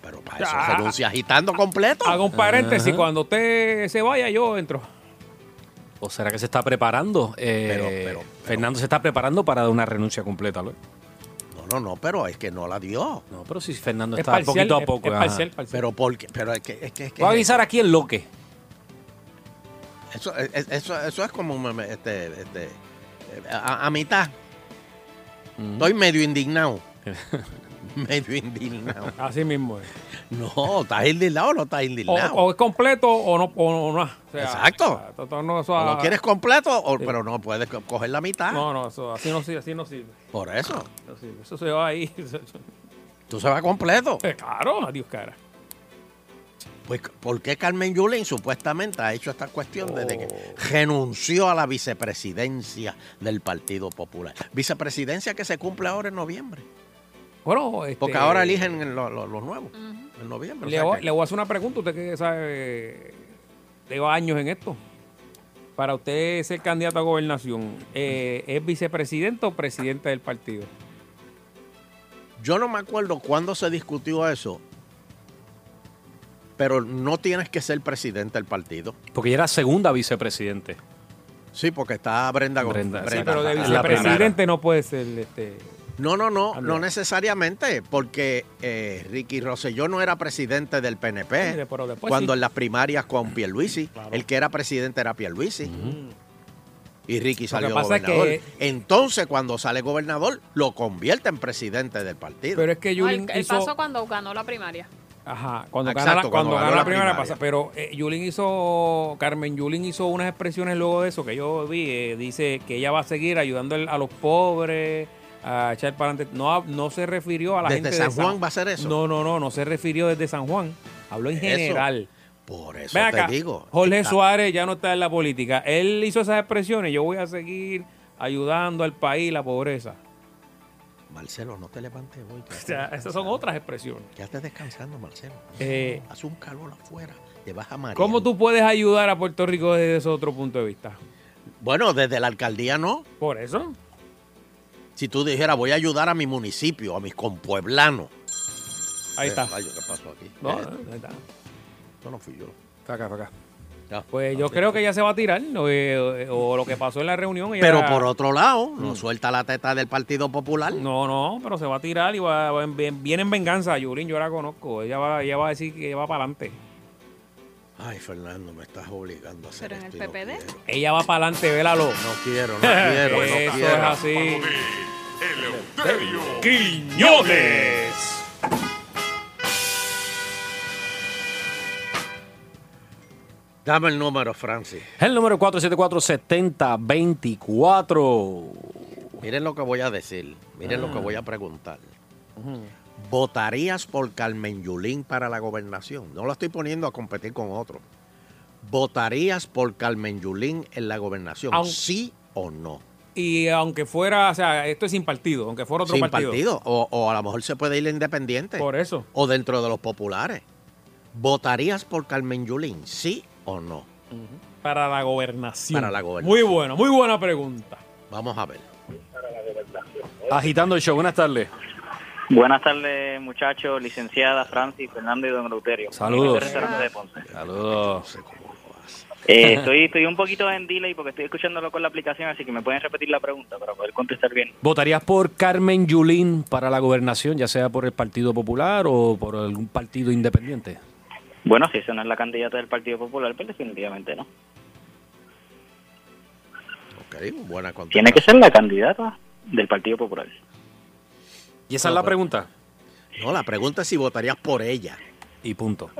pero para Ya, eso renuncia agitando completo. Hago un paréntesis, Ajá. cuando usted se vaya, yo entro. ¿O será que se está preparando? Eh, Fernando se está preparando para dar una renuncia completa. ¿lo? No, no, no, pero es que no la dio. No, pero si Fernando está poquito a poco. ajá. Pero porque, pero es que, es que, es que- Voy a avisar aquí el loque. Eso, es- es- eso, eso es como un, este, este, eh, a, a mitad. Mm. Estoy medio indignado. medio indignado. Así mismo es. No, estás indignado o no estás O, indignado. o es completo o no. O no, o sea, Exacto. o sea, no, eso- O lo quieres completo, o- pero no puedes co- coger la mitad. ah, No, no, eso, así no sirve. Así no sirve. Por eso. No sirve. Eso se va ahí. Tú se vas completo. Eh, claro, adiós, cara. Pues, ¿por qué Carmen Yulín supuestamente ha hecho esta cuestión desde que renunció a la vicepresidencia del Partido Popular? Vicepresidencia que se cumple ahora en noviembre. Bueno, este- Porque ahora eligen lo- lo- los nuevos, en noviembre. o Le sea voy, que- le voy a hacer una pregunta, usted que sabe, lleva años en esto. Para usted ser candidato a gobernación, eh, ¿es vicepresidente o presidente del partido? Yo no me acuerdo cuándo se discutió eso, pero no tienes que ser presidente del partido. Porque ella era segunda vicepresidente. Sí, porque está Brenda Gómez. Brenda, Brenda. sí, pero de Brenda. La Presidente no puede ser. Este, No, no, no, Habla. no necesariamente, porque eh, Ricky Rosselló no era presidente del PNP. Sí, pero después cuando sí. en las primarias con Pierluisi, el que era presidente era Pierluisi. Y Ricky salió pasa es Mm. que- gobernador. Entonces, cuando sale gobernador, lo convierte en presidente del partido. Pero es que No, el, el paso cuando ganó la primaria. Ajá, cuando Exacto, gana la, cuando cuando ganó gana la la primera primaria. pasa. Pero eh, Yulín hizo, Carmen Yulín hizo unas expresiones luego de eso que yo vi. eh, dice que ella va a seguir ayudando el- a los pobres, a echar para adelante. No, ha- no se refirió a la ¿Desde gente. San de Juan va a hacer eso? No, no, no, no se refirió desde San Juan. Habló en Eso. general. Por eso Ven te acá, digo. Jorge Está- Suárez ya no está en la política. Él hizo esas expresiones. Yo voy a seguir ayudando al país, la pobreza. Marcelo, no te levantes hoy. O sea, esas son otras expresiones. Ya estás descansando, Marcelo. Eh, Hace un calor afuera. Te vas a marear. ¿Cómo tú puedes ayudar a Puerto Rico desde ese otro punto de vista? Bueno, desde la alcaldía no. Por eso. Si tú dijeras, voy a ayudar a mi municipio, a mis compueblanos. Ahí está. Rayo, ¿Qué pasó aquí? No, Eh, ahí está. esto no fui yo. Está acá, está acá. Pues yo creo que ya se va a tirar, o, eh, o lo que pasó en la reunión. ella- Pero por otro lado, no suelta la teta del Partido Popular. Mm. No, no, pero se va a tirar y va, va en- bien- viene en venganza. Yulín, yo la conozco. Ella va, ella va a decir que va para adelante. Ay, Fernando, me estás obligando a hacer Pero en el esto. y no PPD. quiero. Ella va para adelante, vélalo. No quiero, no quiero, no Eso quiero. es así. Quiñones. Dame el número, Francis. El número 474-7024. Miren lo que voy a decir. Miren Ah. lo que voy a preguntar. ¿Votarías por Carmen Yulín para la gobernación? No la estoy poniendo a competir con otro. ¿Votarías por Carmen Yulín en la gobernación? Aun- ¿Sí o no? Y aunque fuera, o sea, esto es sin partido, aunque fuera otro Sin partido. eh. O, o a lo mejor se puede ir independiente. Por e- eso. O dentro de los populares. ¿Votarías por Carmen Yulín? ¿Sí o no? Para la gobernación. Para la Muy gobernación. buena, muy buena pregunta. Vamos a ver. Agitando el show, buenas tardes. Buenas tardes, muchachos, licenciada Francis, Fernando y Don Euterio. Saludos. Restaurante de Ponce. Saludos. Eh, estoy, estoy un poquito en delay porque estoy escuchándolo con la aplicación, así que me pueden repetir la pregunta para poder contestar bien. ¿Votarías por Carmen Yulín para la gobernación, ya sea por el Partido Popular o por algún partido independiente? Bueno, si eso no es la candidata del Partido Popular, pues definitivamente no. Ok, buena contestación. Tiene que ser la candidata del Partido Popular. ¿Y esa es la pregunta? No, la pregunta es si votarías por ella. Y punto.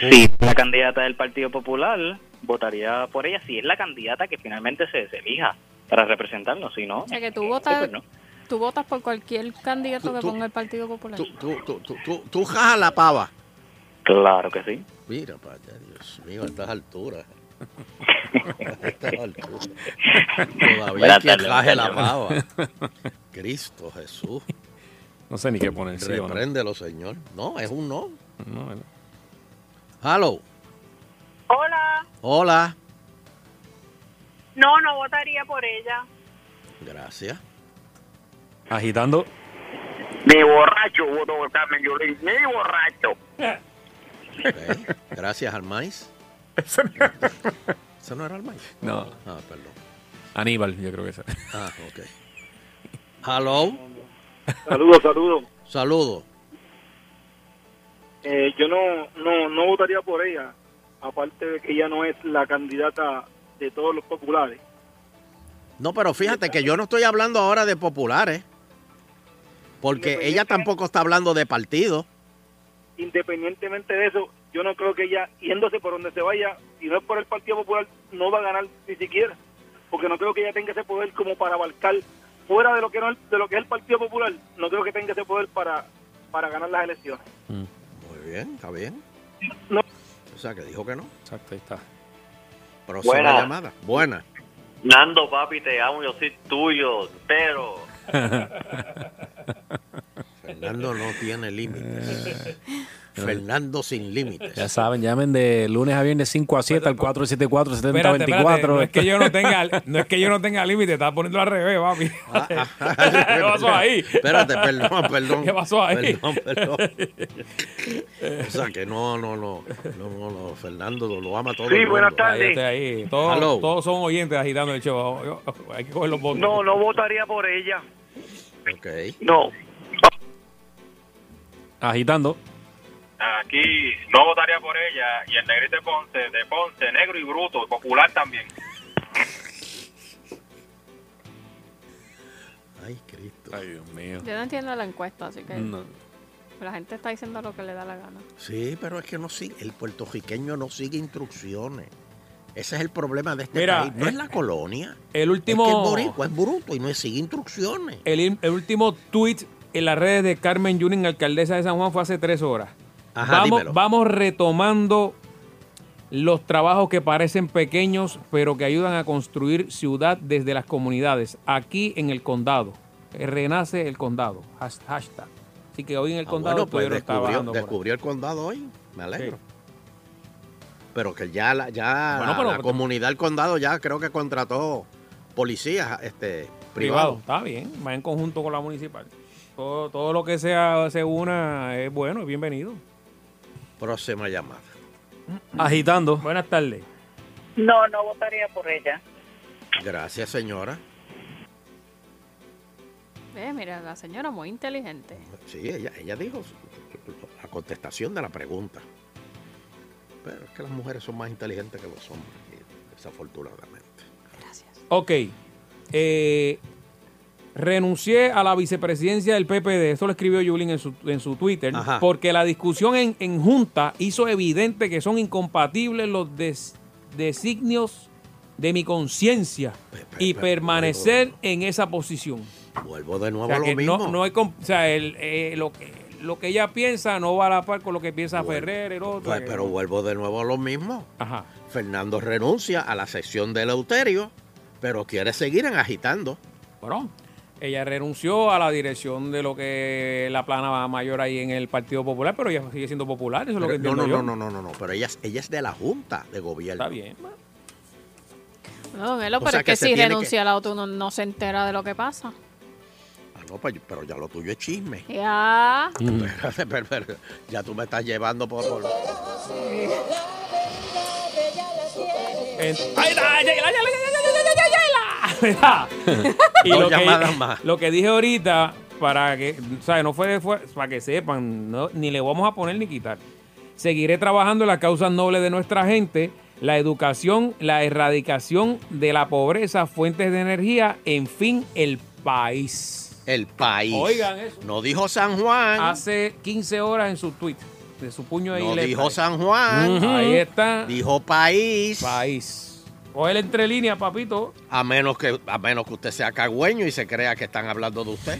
Si es la candidata del Partido Popular, votaría por ella si es la candidata que finalmente se, se elija para representarnos, si no... O sea que tú votas, pues no. tú votas por cualquier candidato que Eh, tú- ponga el Partido Popular. Tú, tú, tú, tú, tú, tú jajas la pava. Claro que sí. Mira, para allá, Dios mío, a estas alturas. A estas alturas. Todavía hay Buenas quien tardes, jaje la señor. pava. Cristo Jesús. No sé ni qué poner. ¿sí o no? Repréndelo, señor. No, es un no. No, bueno. Hello. Hola. Hola. No, no votaría por ella. Gracias. Agitando. Ni borracho voto por Carmen Yulín, ni borracho. Ok. Gracias al maíz. ¿Eso no era el maíz? No. Ah, perdón. Aníbal, yo creo que esa. Ah, ok. Hello. Saludos, saludos. Saludos. Eh, yo no, no, no votaría por ella, aparte de que ella no es la candidata de todos los populares. No, pero fíjate que yo no estoy hablando ahora de populares. Porque ella tampoco está hablando de partido. Independientemente de eso, yo no creo que ella, yéndose por donde se vaya, si no es por el Partido Popular, no va a ganar ni siquiera, porque no creo que ella tenga ese poder como para abarcar fuera de lo que no es- de lo que es el Partido Popular, no creo que tenga ese poder para para ganar las elecciones. Muy bien, está bien. O sea, que dijo que no. Exacto, ahí está. Próxima Buena. llamada. Buena. Nando, papi, te amo, yo soy tuyo, pero. Fernando no tiene límites. Fernando sin límites. Ya saben, llamen de lunes a viernes 5 a 7 al 474 Espérate, espérate, 7024. No es que yo no tenga, no es que yo no tenga límite, estás poniendo al revés, papi. ¿Qué pasó ahí? Ah, Espérate, perdón, perdón. ¿Qué pasó ahí? Perdón, perdón. O sea que no, no, no. No, no, no, Fernando lo- lo ama todo. el mundo. Ahí, este, ahí. Hello. Todos, todos son oyentes agitando el show. Yo- Hay que coger los votos. No, no votaría por ella. Ok. No. Agitando. Aquí no votaría por ella y el negrito de Ponce, de Ponce, negro y bruto, popular también. Ay, Cristo. Ay, Dios mío. Yo no entiendo la encuesta, así que No. la gente está diciendo lo que le da la gana. Sí, pero es que no sigue. El puertorriqueño no sigue instrucciones. Ese es el problema de este Mira, país. No eh, es la colonia. El último. Es que el boricua es bruto y no sigue instrucciones. El, el último tweet en las redes de Carmen Yunin, alcaldesa de San Juan, fue hace tres horas. Ajá, vamos, dímelo. vamos retomando los trabajos que parecen pequeños, pero que ayudan a construir ciudad desde las comunidades. Aquí en el condado. Eh, Renace el condado. Has- Hashtag. Así que hoy en el Ah, condado bueno, pues estuvieron descubrió, trabajando por ahí. descubrió el condado hoy. Me alegro. Pero que ya la, ya Bueno, la- pero- pues, la comunidad del condado ya creo que contrató policías este, privado. privados. Está bien, va en conjunto con la municipal. Todo, todo lo que sea se una es bueno y bienvenido. Próxima llamada. Agitando. Buenas tardes. No, no votaría por ella. Gracias, señora. Eh, mira, la señora muy inteligente. Sí, ella, ella dijo su- la contestación de la pregunta. Pero es que las mujeres son más inteligentes que los hombres, y- desafortunadamente. Ok. eh, renuncié a la vicepresidencia del PPD. Eso lo escribió Yulín en su, en su Twitter. Ajá. Porque la discusión en, en Junta hizo evidente que son incompatibles los des- designios de mi conciencia y permanecer en esa posición. Vuelvo de nuevo O sea, a lo que mismo. No, no hay comp- o sea, el, eh, lo, que, lo que ella piensa no va a la par con lo que piensa Ferrer, el otro. Pues, que- pero vuelvo de nuevo a lo mismo. Ajá. Fernando renuncia a la sección de Eleuterio, pero quiere seguir en agitando. Bueno, ella renunció a la dirección de lo que la plana mayor ahí en el Partido Popular, pero ella sigue siendo popular, eso es lo que no, entiendo no, yo. no, no, no, no, no, pero ella, es- ella es de la Junta de Gobierno. Está bien. No, don Elo, O pero sea es que que, se si tiene renuncia al auto uno no se entera de lo que pasa. Ah, no, pues, pero ya lo tuyo es chisme. Ya. Espérate, pero- pero ya tú me estás llevando por... por- ¡Ahí está! ¡Ay, ay, ay, ay, ay, ay, ay, ay, ay! y Dos lo llamadas que, más. lo que dije ahorita, para que, ¿sabes? No fue, fue- para que sepan, no, ni le vamos a poner ni quitar. Seguiré trabajando en las causas nobles de nuestra gente, la educación, la erradicación de la pobreza, fuentes de energía, en fin, el país. El país. Oigan eso. Ah, No dijo San Juan. Hace 15 horas en su tweet, de su puño ahí. No dijo San Juan. Ahí está. Dijo país. País. O el entre líneas, papito. A menos que a menos que usted sea cagüeño y se crea que están hablando de usted.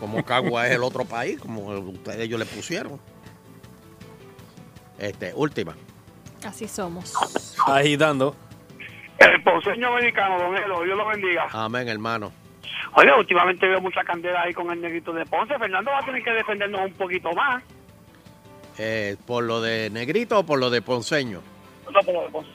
Como Cagua es el otro país, como ustedes ellos le pusieron. Este, última. Así somos. Agitando. El ponceño mexicano, don Elo, Dios lo bendiga. Amén, hermano. Oye, últimamente veo mucha candela ahí con el negrito de Ponce. Fernando va a tener que defendernos un poquito más. Eh, ¿Por lo de negrito o por lo de ponceño? No, pero pues,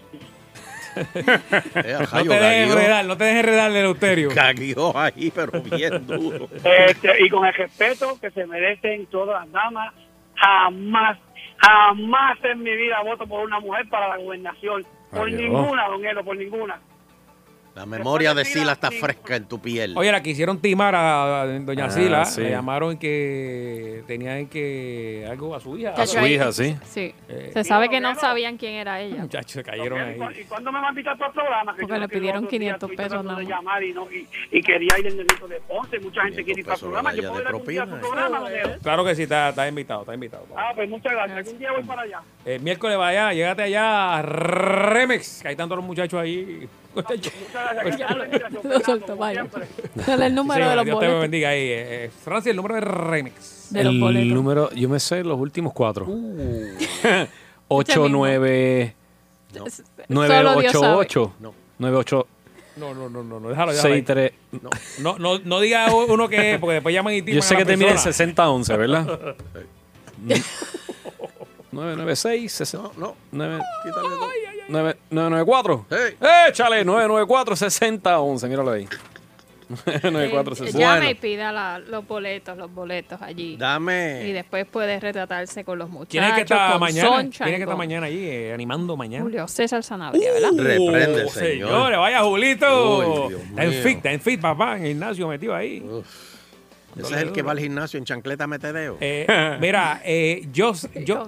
de Ponce. Eh, No rayo, te dejes gagueó. enredar, no te dejes enredar, Eleuterio. Gagueó ahí, pero bien duro. Este, y con el respeto que se merecen todas las damas, jamás, jamás en mi vida voto por una mujer para la gobernación. Por Adiós. ninguna, don Elo, por ninguna. La memoria de Sila está fresca en tu piel. Oye, la quisieron timar a a doña Ah, Sila. sí. Le llamaron que tenían que algo a su hija. Chacho, ahí- Sí. Eh, se sabe que no sabían quién era ella. Muchachos, se cayeron ahí. ¿Y cuándo me van a invitar para el programa? Que Porque yo le creo que pidieron el otro día 500 estoy tratando pesos, de no. llamar y, no, y, y quería ir en el negrito de Ponce. Mucha gente quiere ir para el programa. Yo vaya puedo ir de algún día a su propina, programa, don Elo. Claro que sí, está, está invitado, está invitado. Ah, pues muchas gracias. Algún día voy para allá. El miércoles vaya, llégate allá a Remex, que hay tantos los muchachos ahí. Lo soltó, vaya. Dale el número Sí, de los Dios te boletos. bendiga ahí. eh, eh, Francia, el número de Remex. De los boletos. El número, yo me sé los últimos cuatro. 8, 9, No. 9, Solo Dios 8, sabe. 8. 9, 8. No, no, no, no, no, déjalo, déjalo. ahí. 6-3. No, no, no diga uno que es, porque después llaman y timan Yo sé a la que termina en persona. 60-11, ¿verdad? 996 No, no. 994. ¡Échale! 994-60-11. Míralo ahí. 994-60. Eh, Llame y pida la- los boletos, los boletos allí. Dame. Y después puede retratarse con los muchachos. ¿Quién Ah, es que está con mañana? ¿Quién es Sunshine, que está con mañana allí eh, animando mañana? Julio César Sanabria, ¿verdad? Uh, Reprende, Oh, señor. Señores, vaya Julito. Uy, Dios Está en mío. fit, está en fit, papá, en el gimnasio metido ahí. Ese es el que va al gimnasio en chancleta metedeo. Eh, mira, eh, yo, yo,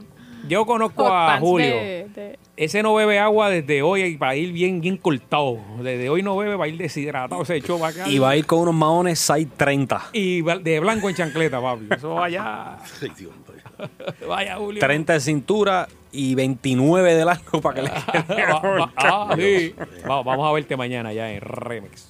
yo conozco Hot a pants Julio. de- de- Ese no bebe agua desde hoy y para ir bien, bien cortado. Desde hoy no bebe, va a ir deshidratado. Se echó bacán. Y va a ir con unos maones 6-30. Y va- de blanco en chancleta, papi. Eso vaya. vaya, Julio. 30 de cintura y 29 de largo para que le Va- va- ah, sí. Va- vamos a verte mañana ya en Remix.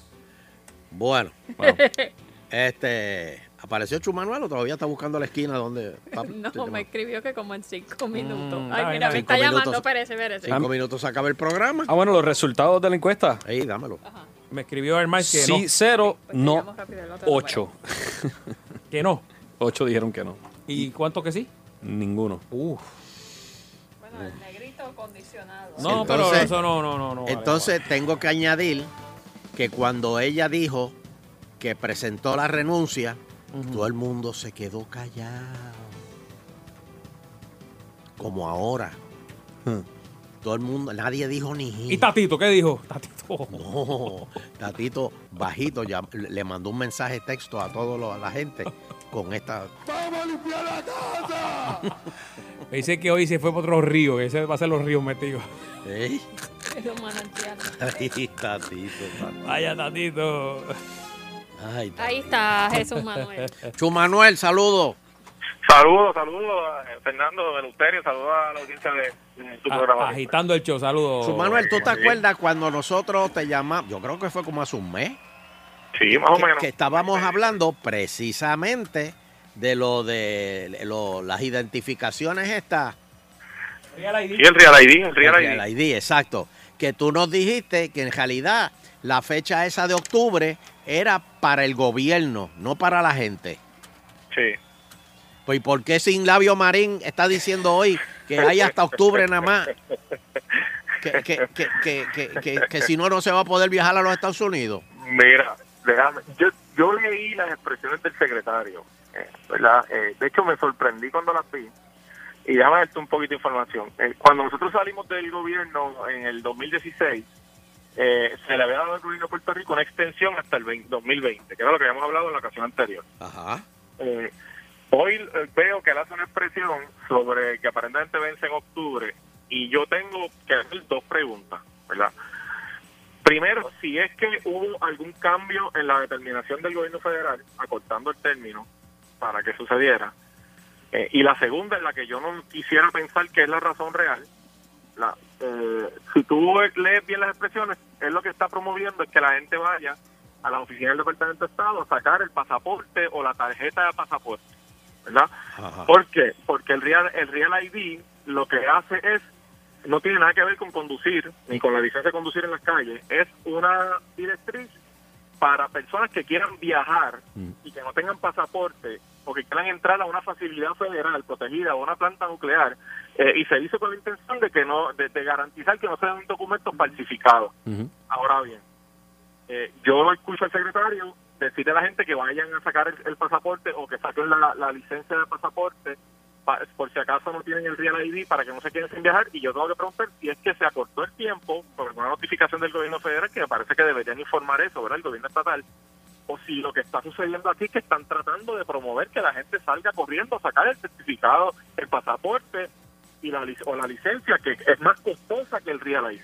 Bueno. Este, ¿apareció Chumanuel o todavía está buscando la esquina donde va- No, me escribió que como en Mm, cinco minutos. está Ay, bien, mira, me cinco está llamando, minutos. Pérez, Pérez. Ah, Cinco minutos se acaba el programa. Ah, bueno, los resultados de la encuesta. Ahí, dámelo. Me escribió el Mike que Sí, no. 0, Pues no, llamo rápido, el otro 8. ¿Que no? 8 dijeron que no. ¿Y cuánto que sí? Ninguno. Uf. No, pero eso no, no, no, no vale, entonces tengo que añadir que cuando ella dijo que presentó la renuncia, todo el mundo se quedó callado. Como ahora. Todo el mundo, nadie dijo ni ¿Y ji. Tatito qué dijo? Tatito. No, Tatito bajito ya le mandó un mensaje texto a toda la gente con esta. ¡Vamos a limpiar la casa! Me dice que hoy se fue por otro río, que ese va a ser los ríos metidos. ¿Eh? Los manantiales. Ay, tatito, tatito. Vaya, Tatito. Ay, Ahí está Jesús Manuel. Chumanuel, saludo. Saludos, saludos, eh, Fernando Eleuterio, saludos a la audiencia de, de Ah, tu programa. agitando el show, saludos. Oh, Su Manuel, ¿tú te acuerdas cuando nosotros te llamamos? Yo creo que fue como hace un mes. Sí, más o que- menos. Que estábamos hablando precisamente de lo de lo- las identificaciones estas. Sí, el Real ID, el Real Real ID. ID, exacto. Que tú nos dijiste que en realidad la fecha esa de octubre era para el gobierno, no para la gente. Sí. Pues ¿y por qué sin labio marín está diciendo hoy que hay hasta octubre nada más? Que, que- que- que- que- que- que si no, no se va a poder viajar a los Estados Unidos. Mira, déjame. Yo, yo leí las expresiones del secretario, eh, ¿verdad? Eh, de hecho, me sorprendí cuando las vi. Y déjame darte un poquito de información. Eh, cuando nosotros salimos del gobierno en el 2016, eh, se le había dado al gobierno de Puerto Rico una extensión hasta el 20 2020, que era lo que habíamos hablado en la ocasión anterior. Ajá. Eh, hoy eh, veo que él hace una expresión sobre que aparentemente vence en octubre y yo tengo que hacer dos preguntas, ¿verdad? Primero, si es que hubo algún cambio en la determinación del gobierno federal, acortando el término, para que sucediera. Eh, y la segunda es la que yo no quisiera pensar que es la razón real. La, eh, si tú lees bien las expresiones, es lo que está promoviendo es que la gente vaya a las oficinas del Departamento de Estado a sacar el pasaporte o la tarjeta de pasaporte, ¿verdad? ¿Por qué? Porque el Real, el Real ID lo que hace es, no tiene nada que ver con conducir, ni con la licencia de conducir en las calles, es una directriz para personas que quieran viajar y que no tengan pasaporte o que quieran entrar a una facilidad federal protegida o a una planta nuclear eh, y se hizo con la intención de que no de, de garantizar que no sean documentos falsificados. Ahora bien, eh, yo escucho al secretario decirle a la gente que vayan a sacar el, el pasaporte o que saquen la, la licencia de pasaporte pa- por si acaso no tienen el Real ID para que no se queden sin viajar y yo tengo que preguntar si es que se acortó el tiempo por una notificación del gobierno federal que me parece que deberían informar eso, ¿verdad? El gobierno estatal o si lo que está sucediendo aquí es que están tratando de promover que la gente salga corriendo a sacar el certificado, el pasaporte y la, lic- o la licencia que es más costosa que el Real ID.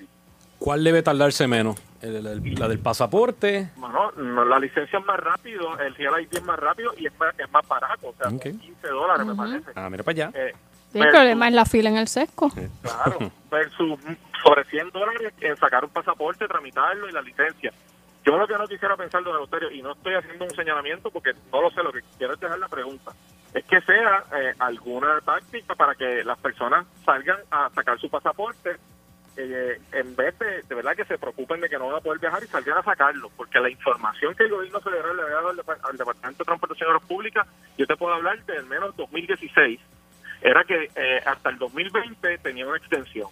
¿Cuál debe tardarse menos? El- el- la del pasaporte. Bueno, no, la licencia es más rápido, el Real ID es más rápido y es más, es más barato, o sea, Ok. 15 dólares me parece. Ah, mira para allá. Eh, Sí, el problema es la fila en el sesco. Claro, versus sobre 100 dólares en sacar un pasaporte, tramitarlo y la licencia. Yo lo que no quisiera pensar, don Euterio, y no estoy haciendo un señalamiento porque no lo sé, lo que quiero es dejar la pregunta, es que sea eh, alguna táctica para que las personas salgan a sacar su pasaporte, eh, que en vez de, de verdad que se preocupen de que no van a poder viajar y salgan a sacarlo, porque la información que el gobierno federal le ha dado al, Depar- al Departamento de Transportación de Pública, yo te puedo hablar de al menos 2016, era que eh, hasta el 2020 tenía una extensión,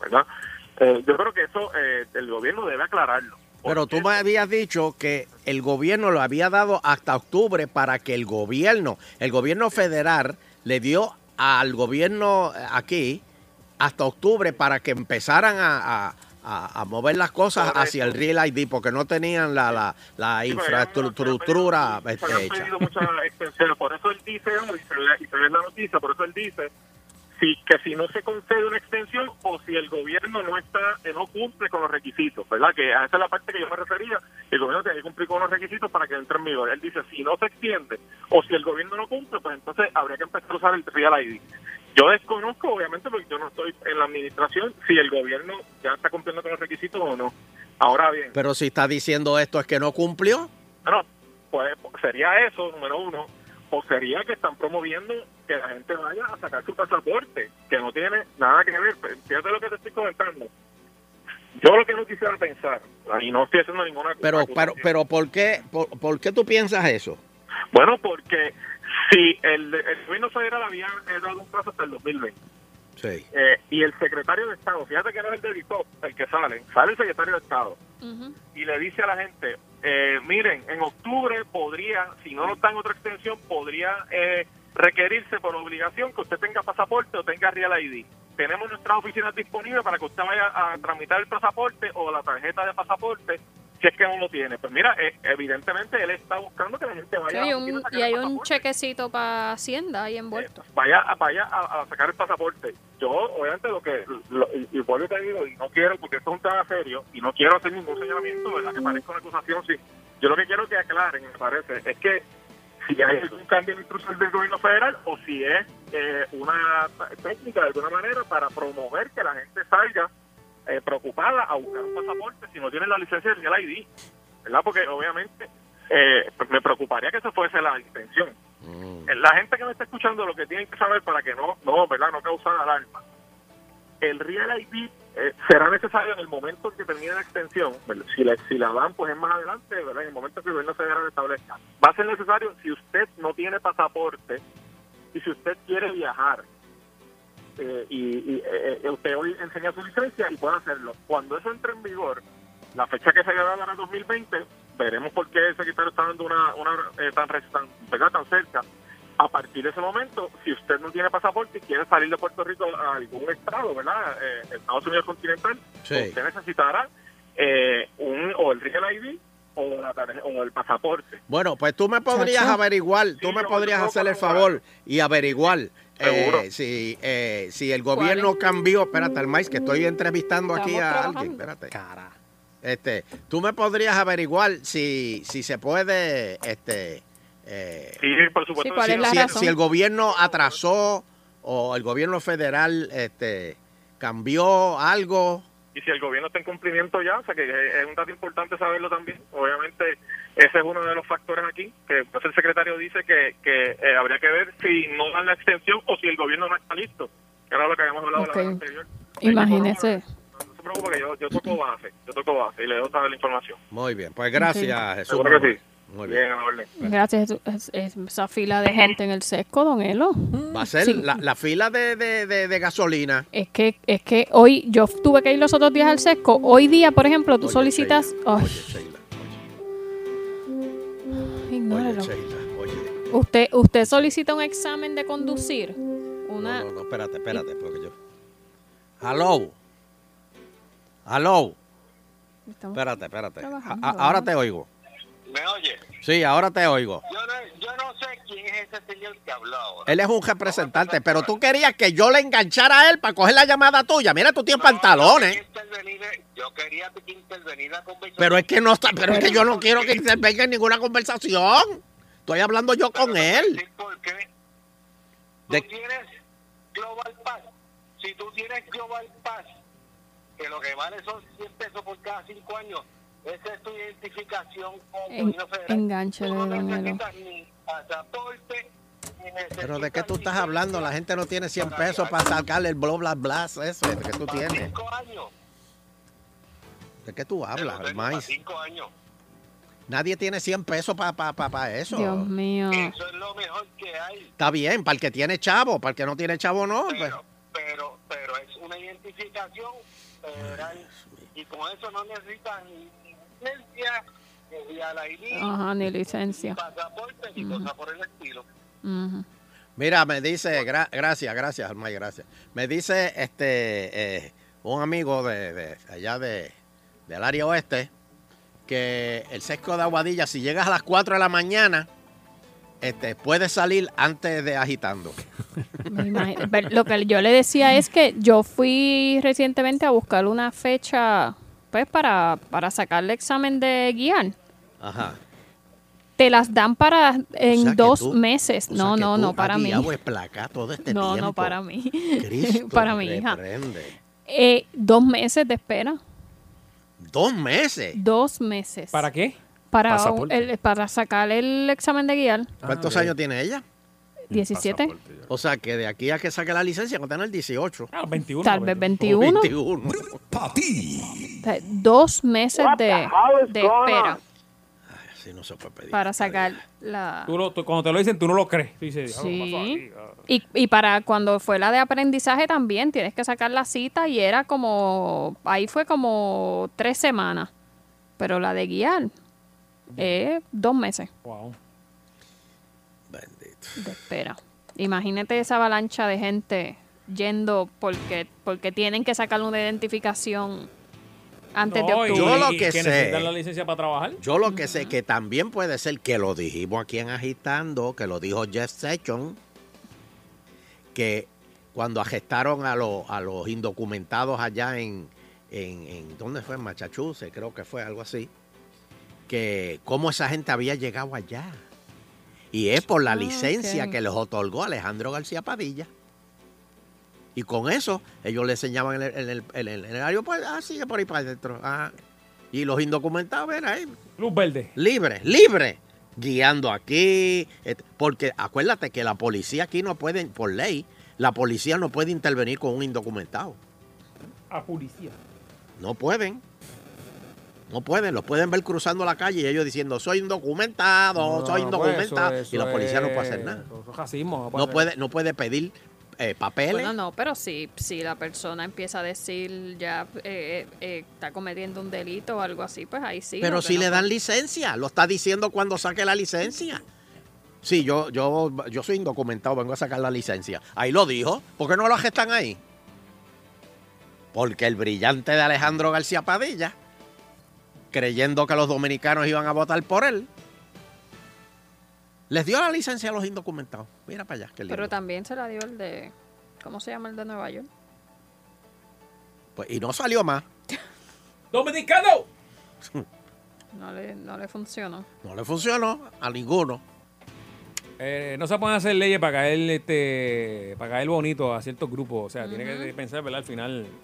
¿verdad? Eh, yo creo que eso eh, el gobierno debe aclararlo. Pero tú me habías dicho que el gobierno lo había dado hasta octubre para que el gobierno, el gobierno federal, le dio al gobierno aquí hasta octubre para que empezaran a, a- a- a mover las cosas hacia el Real ID porque no tenían la, la, la infraestructura este, hecha. pedido muchas extensiones. Por eso él dice, y se ve- y se ve en la noticia, por eso él dice si, que si no se concede una extensión o si el gobierno no está eh, no cumple con los requisitos, ¿verdad? Que a esa es la parte que yo me refería. El gobierno tiene que cumplir con los requisitos para que entre en vigor. Él dice, si no se extiende o si el gobierno no cumple, pues entonces habría que empezar a usar el Real ID. Yo desconozco, obviamente, porque yo no estoy en la administración, si el gobierno ya está cumpliendo con los requisitos o no. Ahora bien, Pero si está diciendo esto es que no cumplió. bueno, pues sería eso, número uno. O sería que están promoviendo que la gente vaya a sacar su pasaporte, que no tiene nada que ver. Pues, Fíjate lo que te estoy comentando. Yo lo que no quisiera pensar, y no estoy haciendo ninguna Pero, acusación, pero, pero ¿por, qué, por, por qué tú piensas eso? Bueno, porque si el, el gobierno federal había eh, dado un plazo hasta el 2020, Sí. eh, y el secretario de Estado, fíjate que no es el de DICOP el que sale, sale el secretario de Estado y le dice a la gente, eh, miren, en octubre podría, si no nos dan otra extensión, podría eh, requerirse por obligación que usted tenga pasaporte o tenga Real ID. Tenemos nuestras oficinas disponibles para que usted vaya a tramitar el pasaporte o la tarjeta de pasaporte si es que no lo tiene. Pues mira, eh, evidentemente él está buscando que la gente Sí, vaya hay a la un- oficina a sacar y el hay un chequecito para Hacienda ahí envuelto. Eh, vaya, a- vaya a, a sacar el pasaporte. Yo, obviamente, lo que, lo- y, y vuelvo y te digo, y no quiero, porque esto es un tema serio, y no quiero hacer ningún señalamiento, ¿verdad? Que parezca una acusación, sí. Yo lo que quiero que aclaren, me parece, es que si hay algún cambio en instrucción del gobierno federal o si es eh, una t- técnica de alguna manera para promover que la gente salga eh, preocupada a buscar un pasaporte si no tienen la licencia del Real ID, ¿verdad? Porque obviamente eh, me preocuparía que esa fuese la intención. Eh, La gente que me está escuchando lo que tienen que saber para que no, no, ¿verdad? No causar alarma. El Real ID eh, será necesario en el momento en que termine la extensión, ¿verdad? si la, si la dan pues es más adelante, ¿verdad? En el momento que el gobierno federal establezca. Va a ser necesario si usted no tiene pasaporte y si usted quiere viajar eh, y, y, eh, eh, usted hoy enseña su licencia y puede hacerlo. Cuando eso entre en vigor, la fecha que se le va a dar a 2020, veremos por qué el secretario está dando una, una eh, tan, re- tan, ¿verdad? tan cerca. A partir de ese momento, si usted no tiene pasaporte y quiere salir de Puerto Rico a algún estado, ¿verdad? Eh, Estados Unidos continental, Sí. usted necesitará eh, un, o el Real ID o, la tarje- o el pasaporte. Bueno, pues tú me podrías Chacho. averiguar, tú me podrías hacer el favor y averiguar Seguro. eh, si, eh, si el gobierno cambió. Espérate, el que estoy entrevistando aquí Estamos a alguien. trabajando. Espérate. Cara. Este, tú me podrías averiguar si, si se puede, este, eh, Sí, por supuesto. Sí, ¿cuál es la si, razón? si el gobierno atrasó o el gobierno federal, este, cambió algo. y si el gobierno está en cumplimiento ya, o sea que es- es un dato importante saberlo también. Obviamente, ese es uno de los factores aquí, que pues, el secretario dice que, que eh, habría que ver si no dan la extensión o si el gobierno no está listo, que era lo que habíamos hablado la vez anterior. Imagínese. No se preocupe que yo, yo toco base, yo toco base y le doy toda la información. Muy bien, pues gracias, Ok. Jesús. Seguro que sí. Muy bien. Bien, a orden. Gracias. es- es- Esa fila de gente en el sesco, don Elo. Va a ser Sí. la, la fila de, de- de- de gasolina. Es que, es que hoy, yo tuve que ir los otros días al sesco. Hoy día, por ejemplo, tú solicitas. Ay, ignóralo. Usted, usted solicita un examen de conducir. Una. No, no, espérate, espérate, porque yo. Hello. Hello. Estamos Espérate, espérate. A- trabajando, a- ahora te oigo. ¿Me oye? Sí, ahora te oigo. Yo no, yo no sé quién es ese señor que habló ahora. Él es un representante, pero tú querías que yo le enganchara a él para coger la llamada tuya. Mira, tú tienes pantalones. Pero es que no está, pero es que yo no quiero que intervenga en ninguna conversación. Estoy hablando yo con él. De- Global Pass. Si tú tienes Global Pass, que lo que vale son 100 pesos por cada 5 años, esa es tu identificación con el En, gobierno federal. enganche de don Elo. necesitas ni pasaporte Pero de qué tú estás hablando? La gente no tiene 100 pesos para sacarle el bla bla bla ese que tú tienes. Cinco años. ¿De qué tú hablas, Tengo para maíz? Cinco años. Nadie tiene 100 pesos para eso. Dios mío. Eso es lo mejor que hay, Está bien, para el que tiene chavo, para el que no tiene chavo no. pues. pero, pero es una identificación federal y con eso no necesitas ni ni licencia, ni a la ID, Ajá, ni licencia. pasaporte, ni cosa por el estilo. Ujú. Mira, me dice, gra- gracias, gracias, Almay, gracias. Me dice este eh, un amigo de, de allá de, del área oeste que el sesco de Aguadilla, si llegas a las 4 de la mañana, este, puedes salir antes de agitando. Me imagino. Pero Lo que yo le decía es que yo fui recientemente a buscar una fecha pues para, para sacar el examen de guiar. Ajá. Te las dan para en O sea que dos tú- meses. o sea No, que no, tú no, para has mí. guiado es placa todo pues, este no, tiempo. no, para mí. Cristo para mi hija. reprende. Eh, dos meses de espera. Dos meses. Dos meses. ¿Para qué? Para, un- Pasaporte. el- para sacar el examen de Mm, guiar. ¿Cuántos Ah, años tiene ella? 17. O sea, que de aquí a que saque la licencia, cuando tenga el 18. Ah, 21. Tal vez 21. 21. O sea, Dos meses de, de espera Así no se puede pedir. para sacar la... Tú lo- tú- cuando te lo dicen, tú no lo crees. Tú dices, "Diablo, ¿qué pasó Sí. aquí?" Y, y para cuando fue la de aprendizaje también, tienes que sacar la cita y era como, ahí fue como tres semanas, pero la de guiar, eh, dos meses Wow. de espera. Imagínate esa avalancha de gente yendo porque, porque tienen que sacar una identificación antes de No, y- octubre. Yo lo y que sé. necesitan la licencia para trabajar. Yo lo que sé que también puede ser que lo dijimos aquí en Agitando, que lo dijo Jeff Sessions, que cuando arrestaron a, los a los indocumentados allá en, en, en- ¿dónde fue? En Massachusetts, creo que fue, algo así, que cómo esa gente había llegado allá. Y es por la Ah, licencia ok. que les otorgó Alejandro García Padilla. Y con eso, ellos le enseñaban en el, en el- en el- en el aeropuerto, ah, sigue por ahí para adentro. ah. Y los indocumentados, ven ahí. Luz verde. Libre, libre. Guiando aquí. et- Porque acuérdate que la policía aquí no puede, por ley, la policía no puede intervenir con un indocumentado. A policía. No pueden. No pueden, los pueden ver cruzando la calle y ellos diciendo, soy indocumentado, No, soy no, pues, indocumentado. eso- y la eso policía no es- puede hacer nada. eso es racismo, no puede No hacer- puede, no puede pedir eh, papeles. Bueno, no, pero si, si la persona empieza a decir ya eh, eh, eh, está cometiendo un delito o algo así, pues ahí sí. Pero lo si que le no- dan licencia, lo está diciendo cuando saque la licencia. Sí, yo, yo, yo soy indocumentado, vengo a sacar la licencia. Ahí lo dijo. ¿Por qué no lo gestan ahí? Porque el brillante de Alejandro García Padilla, creyendo que los dominicanos iban a votar por él, les dio la licencia a los indocumentados. Mira para allá, qué lindo. Pero también se la dio el de, ¿cómo se llama el de Nueva York? Pues, y no salió más. ¡Dominicano! No le, no le funcionó. No le funcionó a ninguno. Eh, no se pueden hacer leyes para caer, este, para caer bonito a ciertos grupos. O sea, tiene que Ujú. pensar, ¿verdad? Al final. Y-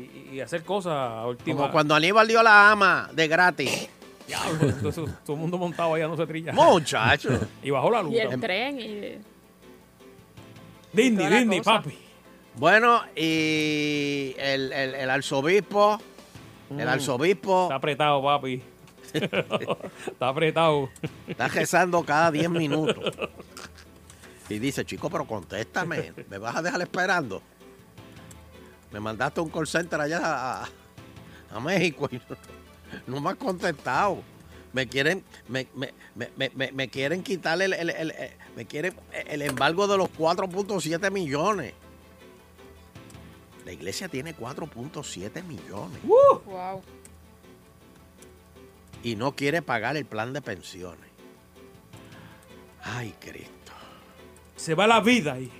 Y, y hacer cosas a última. Como cuando Aníbal dio la ama de gratis. Diablo, entonces, todo el mundo montado allá no se trilla. Muchacho. y bajó la luz. Em- Y el tren y... Disney, toda la Disney, cosa. papi. Bueno, y el, el- el arzobispo, el Mm. arzobispo Está apretado, papi. está apretado. está rezando cada 10 minutos. Y dice, chico, pero contéstame, ¿me vas a dejar esperando? Me mandaste a un call center allá a, a México y no, no me has contestado. Me quieren, me, me- me- me- me- me quieren quitar el, el- el- el- me quieren eh, el embargo de los 4.7 millones. La iglesia tiene 4.7 millones. Wow. y no quiere pagar el plan de pensiones. Ay, Cristo. Se va la vida ahí.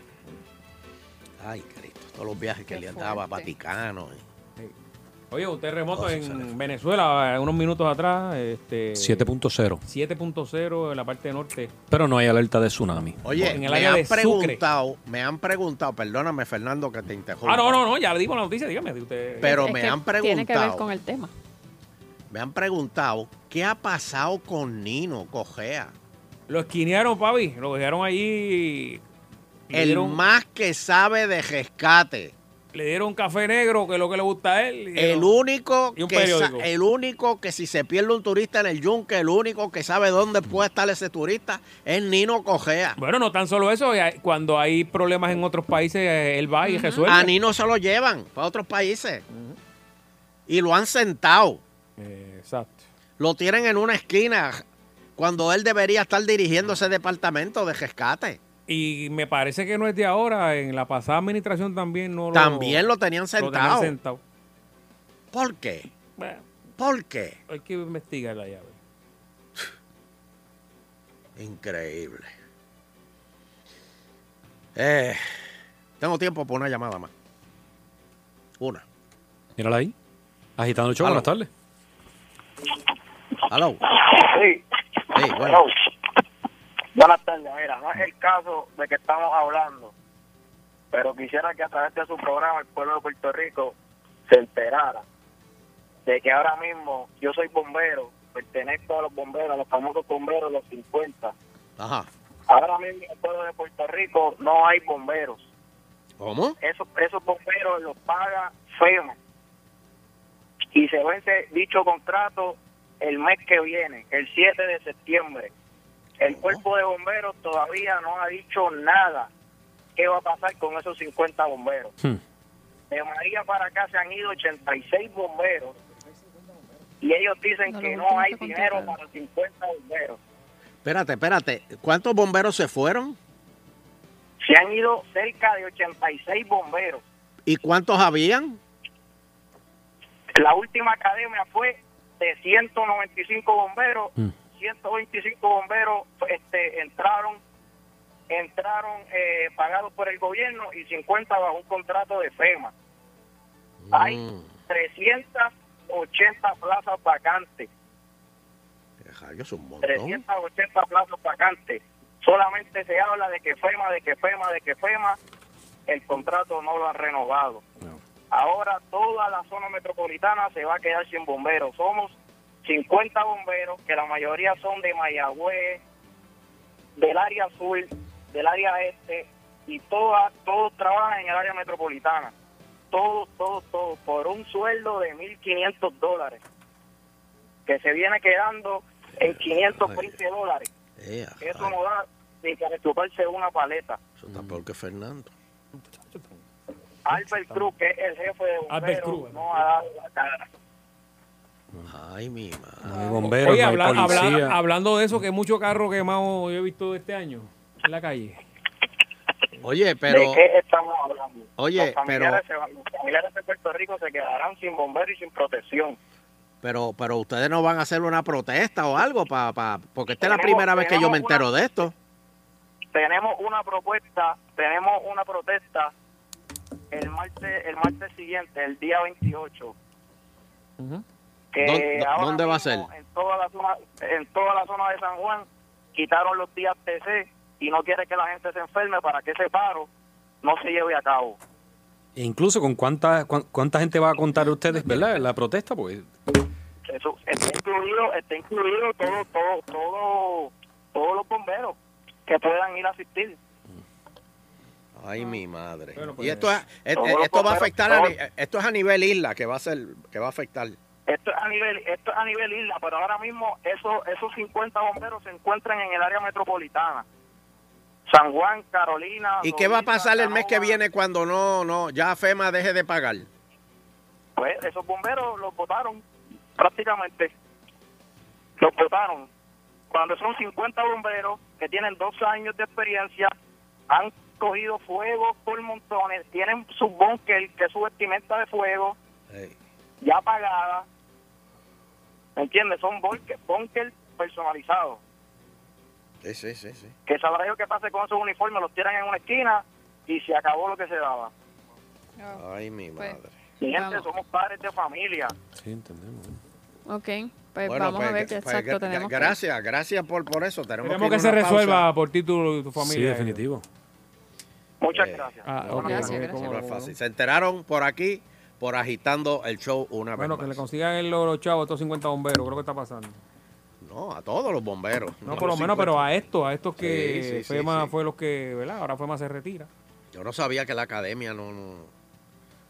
Ay, Cristo. Todos los viajes que Qué le andaba a fuerte. Vaticano. Oye, un terremoto en Venezuela, eh, unos minutos atrás. Este, 7.0. 7.0 en la parte norte. Pero no hay alerta de tsunami. Oye, En el me área de han Sucre. preguntado, me han preguntado, perdóname Fernando que te interrumpa. Ah, no, no, no, ya le dimos la noticia, dígame. de Usted. Pero me han Tiene que ver preguntado. con el tema. Me han preguntado qué ha pasado con Nino Cogea. Lo esquinearon, papi. Lo dejaron ahí. El más que sabe de rescate. Le dieron café negro, que es lo que le gusta a él. y El lo- único, Y un que sa- periódico. el único que si se pierde un turista en el yunque, el único que sabe dónde puede estar ese turista es Nino Cogea. Bueno, no tan solo eso. hay- Cuando hay problemas en otros países, eh, él va y resuelve. A Nino se lo llevan para otros países. Y lo han sentado. exacto. Lo tienen en una esquina cuando él debería estar dirigiendo ese departamento de rescate. Y me parece que no es de ahora. En la pasada administración también no lo... También lo tenían lo tenían sentado. sentado. ¿Por qué? Bueno, ¿Por qué? hay que investigar la llave. Increíble. Eh, tengo tiempo por una llamada más. Una. Mírala ahí. Agitando el show. Aló. Buenas tardes. Hello. Sí. Sí, bueno. Buenas tardes, mira, no es el caso de que estamos hablando, pero quisiera que a través de su programa el pueblo de Puerto Rico se enterara de que ahora mismo yo soy bombero, pertenezco a los bomberos, a los famosos bomberos de los 50. Ajá. Ahora mismo en el pueblo de Puerto Rico no hay bomberos. ¿Cómo? Esos, esos bomberos los paga FEMA. Y se vence dicho contrato el mes que viene, el 7 de septiembre. El cuerpo de bomberos todavía no ha dicho nada. ¿Qué va a pasar con esos 50 bomberos? Hmm. De María para acá se han ido 86 bomberos y ellos dicen que no hay dinero para 50 bomberos. Espérate, espérate. ¿Cuántos bomberos se fueron? Se han ido cerca de 86 bomberos. ¿Y cuántos habían? La última academia fue de 195 bomberos, 125 bomberos este, entraron entraron eh, pagados por el gobierno y 50 bajo un contrato de FEMA. Hay 380 plazas vacantes, Rayos, un montón. 380 plazas vacantes. Solamente se habla de que FEMA, de que FEMA, de que FEMA, el contrato no lo han renovado. Ahora toda la zona metropolitana se va a quedar sin bomberos. Somos 50 bomberos, que la mayoría son de Mayagüez, del área sur, del área este, y todas, todos trabajan en el área metropolitana. Todos, todos, todos, por un sueldo de 1.500 dólares, que se viene quedando en 520 dólares. Eh, ajá, Eso no da ni para chuparse una paleta. eso está peor que Fernando. Albert Cruz, que es el jefe de Albert bomberos, Cruz. no ha dado la cara. Ay, mi madre. No hay bomberos, Oye, no hay habla- habla- policía. hablando de eso, que mucho carro quemado yo he visto este año en la calle. Oye, pero... ¿De qué estamos hablando? Oye, los familiares, pero- se van- los familiares de Puerto Rico se quedarán sin bomberos y sin protección. Pero, pero ustedes no van a hacer una protesta o algo pa, pa- porque esta es la Tenemos- primera vez que yo me tenemos una- entero de esto. Tenemos una propuesta, tenemos una protesta el martes, el martes siguiente, el día 28, que ¿Dónde, ahora dónde va a ser? en toda la zona, en toda la zona de San Juan quitaron los días TC y no quiere que la gente se enferme para que ese paro no se lleve a cabo. E incluso con cuánta, cuán- cuánta gente va a contar ustedes, ¿verdad? La protesta, pues. Eso está incluido, está incluido todo, todo, todo, todos los bomberos que puedan ir a asistir. Ay, mi madre. pues, y esto, es- et- todos et- los esto va a bomberos, afectar a, ni- e, todos. esto es a nivel isla que va a ser que va a afectar. Esto es a nivel, esto es a nivel isla, pero ahora mismo esos, esos 50 bomberos se encuentran en el área metropolitana. San Juan, Carolina. ¿Y qué va a Loíza, pasar el mes que Canova. viene cuando no no ya FEMA deje de pagar? Pues esos bomberos los votaron prácticamente. Los votaron. Cuando son 50 bomberos que tienen dos años de experiencia, han cogido fuego por montones, tienen su búnker, que es su vestimenta de fuego, ya pagada. ¿Me entiendes? Son bunker- búnker personalizados. Sí, sí, sí, sí. Que sabrá yo qué pase con esos uniformes, los tiran en una esquina y se acabó lo que se daba. Ay, mi Pues, madre. Mi gente, somos padres de familia. Sí, entendemos. Ok, pues Bueno, vamos a pues, ver qué pues, exacto gra- tenemos. que- Gracias, gracias por, por eso. Tenemos, Queremos ir a que se una pausa. resuelva por ti y tu, tu familia. eh. Sí, definitivo. Muchas gracias. Ah, ok, Gracias, ok, gracias. cómo No es no. fácil. Se enteraron por aquí, por agitando el show una vez Bueno, más. que le consigan el loro chavo a estos 50 bomberos, creo que está pasando. no, a todos los bomberos. No, por lo menos, pero a estos, a estos que Sí, sí, sí, FEMA sí. fue los que, ¿verdad? Ahora FEMA se retira. Yo no sabía que la academia no, no-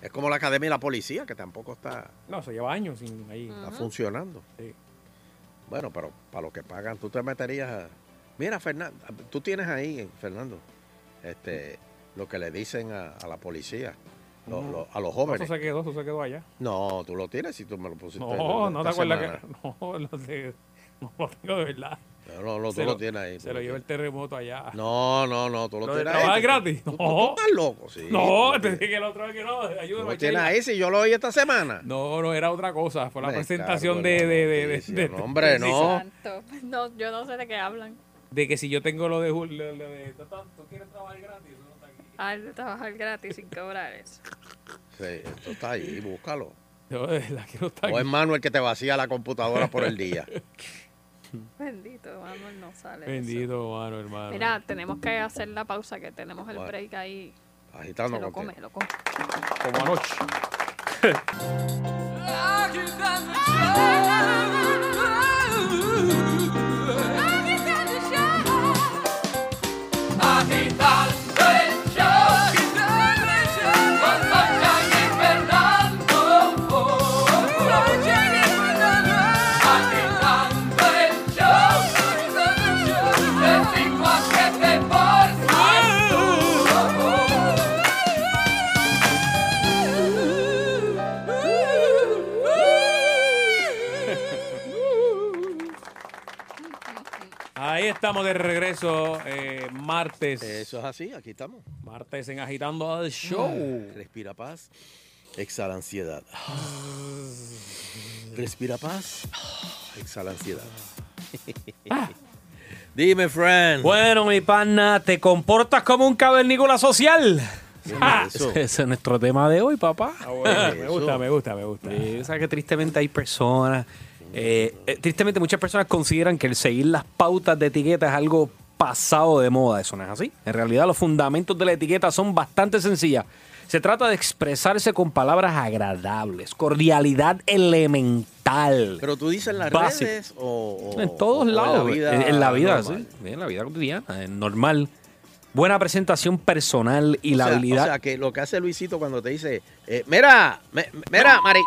Es como la academia y la policía, que tampoco está, No, se lleva años sin ahí. está funcionando. Bueno, pero para lo que pagan, tú te meterías a- Mira, Fernando, tú tienes ahí, Fernando, este, lo que le dicen a, a la policía, lo- lo- a los jóvenes. Eso se quedó, eso se quedó allá. No, tú lo tienes si tú me lo pusiste. No, el- no te Este, esta acuerdas semana. que. No, no, sé, no lo tengo de verdad. No, no, no, Se tú lo tienes ahí, tú Se lo lo lleva el terremoto allá. No, no, no, tú lo, ¿Lo de tienes trabajar ahí. gratis? Tú, tú- No. tú estás loco, sí. No, este, Tú te lo dije que el otro vez que no, ayúdame. lo Sheila. tienes ahí si yo lo oí esta semana. No, no, era otra cosa. Fue la Me presentación cargo de, en la de, de, de- noticia. de- No, hombre, sí, no. Santo. No, yo no sé de qué hablan. De que si yo tengo lo de Jul- lo- lo de- ¿Tú quieres trabajar gratis? Al Ah, de trabajar gratis sin cobrar eso. Sí, esto está ahí, búscalo. Yo de verdad que no está O es Manuel que te vacía la computadora por el día. Bendito, vamos, no sale. de eso. Bendito, mano, hermano. Mira, tenemos que hacer la pausa que tenemos el Bueno. break ahí. Agitando se lo contigo. come, se lo come. Como anoche. Ahí estamos de regreso eh, martes. Eso es así, aquí estamos. Martes en Agitando al Show. Respira paz. Exhala ansiedad. Respira paz. Exhala ansiedad. Dime, friend. Bueno, mi pana, ¿te comportas como un cavernícola social? Ah, eso? ese, ese es nuestro tema de hoy, papá. Ah, bueno, me gusta, me gusta, me gusta. Sí, o sea que tristemente hay personas, eh, eh, tristemente muchas personas consideran que el seguir las pautas de etiqueta es algo pasado de moda. Eso no es así. En realidad los fundamentos de la etiqueta son bastante sencillas. Se trata de expresarse con palabras agradables, cordialidad elemental. Pero tú dices en las Básico. redes o, o- En todos o lados. En la vida, en la vida normal? sí. En la vida cotidiana, es normal. Buena presentación personal y la o sea, habilidad. O sea, que lo que hace Luisito cuando te dice, eh, mira, me- mira, Mari.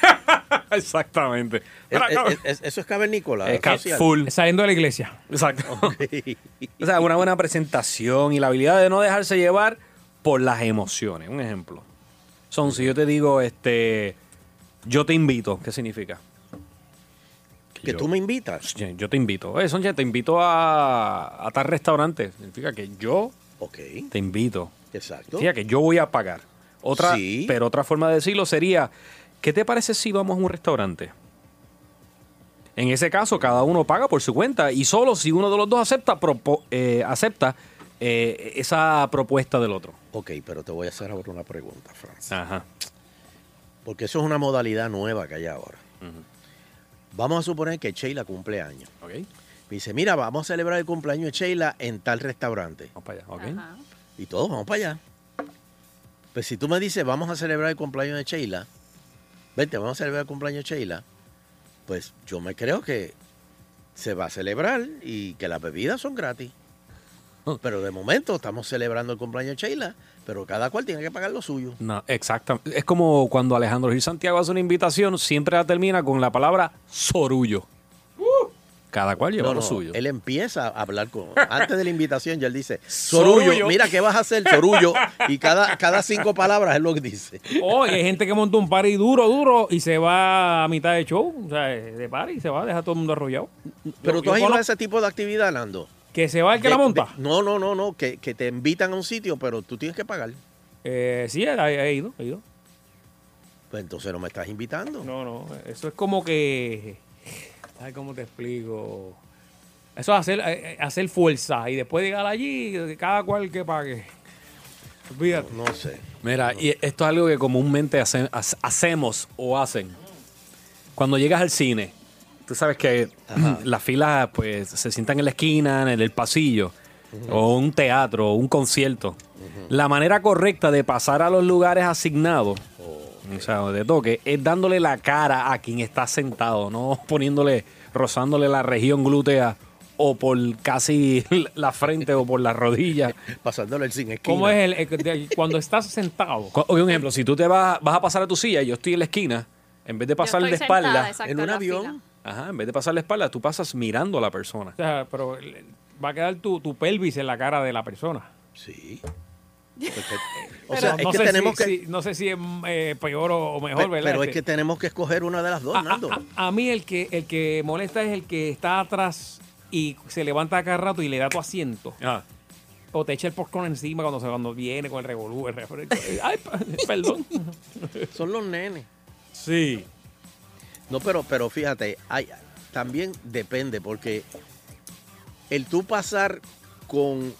Exactamente. Es- es- eh, es- eso es cavernícola. Es ca- social. full. Saliendo de la iglesia. Exacto. o sea, una buena presentación y la habilidad de no dejarse llevar por las emociones. Un ejemplo. Son, si yo te digo, este, yo te invito, ¿qué significa? Que tú me invitas. Yo, yo te invito. Eh, Sonja, te invito a, a tal restaurante. Significa que yo Ok, te invito. exacto. Significa que yo voy a pagar. Otra, Sí. Pero otra forma de decirlo sería, ¿qué te parece si vamos a un restaurante? En ese caso, cada uno paga por su cuenta y solo si uno de los dos acepta, propo- eh, acepta eh, esa propuesta del otro. Ok, pero te voy a hacer ahora una pregunta, Francis. Ajá. Porque eso es una modalidad nueva que hay ahora. Vamos a suponer que Sheila cumple años. Ok. Me dice, mira, vamos a celebrar el cumpleaños de Sheila en tal restaurante. Vamos para allá, ok. Y todos vamos para allá. Pues si tú me dices, vamos a celebrar el cumpleaños de Sheila, vente, vamos a celebrar el cumpleaños de Sheila, pues yo me creo que se va a celebrar y que las bebidas son gratis. Pero de momento estamos celebrando el cumpleaños de Sheila, pero cada cual tiene que pagar lo suyo. No, exactamente. Es como cuando Alejandro Gil Santiago hace una invitación, siempre la termina con la palabra sorullo. Cada cual lleva Uh. No, lo no, suyo. Él empieza a hablar con. Antes de la invitación, ya él dice: Sorullo, Sorullo. mira, ¿qué vas a hacer, Sorullo? Y cada, cada cinco palabras es lo que dice. Oye, hay gente que monta un party duro, duro y se va a mitad de show. O sea, de party y se va, deja a todo el mundo arrollado. Pero Yo- tú yo has ido a conozco- ese tipo de actividad, Nando. ¿Que se va el que la De- monta? de- no, no, no, no, que, que te invitan a un sitio, pero tú tienes que pagar. Eh, sí, he, he ido, he ido. Pues entonces no me estás invitando. No, no, eso es como que. ¿Sabes cómo te explico? Eso es hacer, eh, eh, hacer fuerza y después llegar allí, cada cual que pague. Olvídate. No, sé. Mira, y esto es algo que comúnmente hace- hace- hacemos o hacen. Cuando llegas al cine, tú sabes que las filas pues se sientan en la esquina, en el pasillo, o un teatro, o un concierto. La manera correcta de pasar a los lugares asignados, o sea, de toque, es dándole la cara a quien está sentado, no poniéndole, rozándole la región glútea o por casi la frente o por la rodilla. Pasándole el sin esquina. ¿Cómo es el, el- de- cuando estás sentado? Cu- oye, un ejemplo, si tú te vas, vas a pasar a tu silla y yo estoy en la esquina, en vez de pasar de estoy sentada, espalda, exacto, En un en la avión. fila. Ajá, en vez de pasar la espalda, tú pasas mirando a la persona. O sea, pero el- va a quedar tu, tu pelvis en la cara de la persona. Sí. Pues O O sea, sea, no, es que sé tenemos si, que- si- no sé si es eh, peor o, o mejor, Pe- ¿verdad? Ah, Pero es Este, que tenemos que escoger una de las dos, Nando. a mí el que, el que molesta es el que está atrás y se levanta a cada rato y le da tu asiento. Ah. O te echa el popcorn encima cuando, se, cuando viene con el revolú. el refresco. Ay, pa- perdón. Son los nenes. Sí. No, pero, pero fíjate, hay, también depende, porque el tú pasar con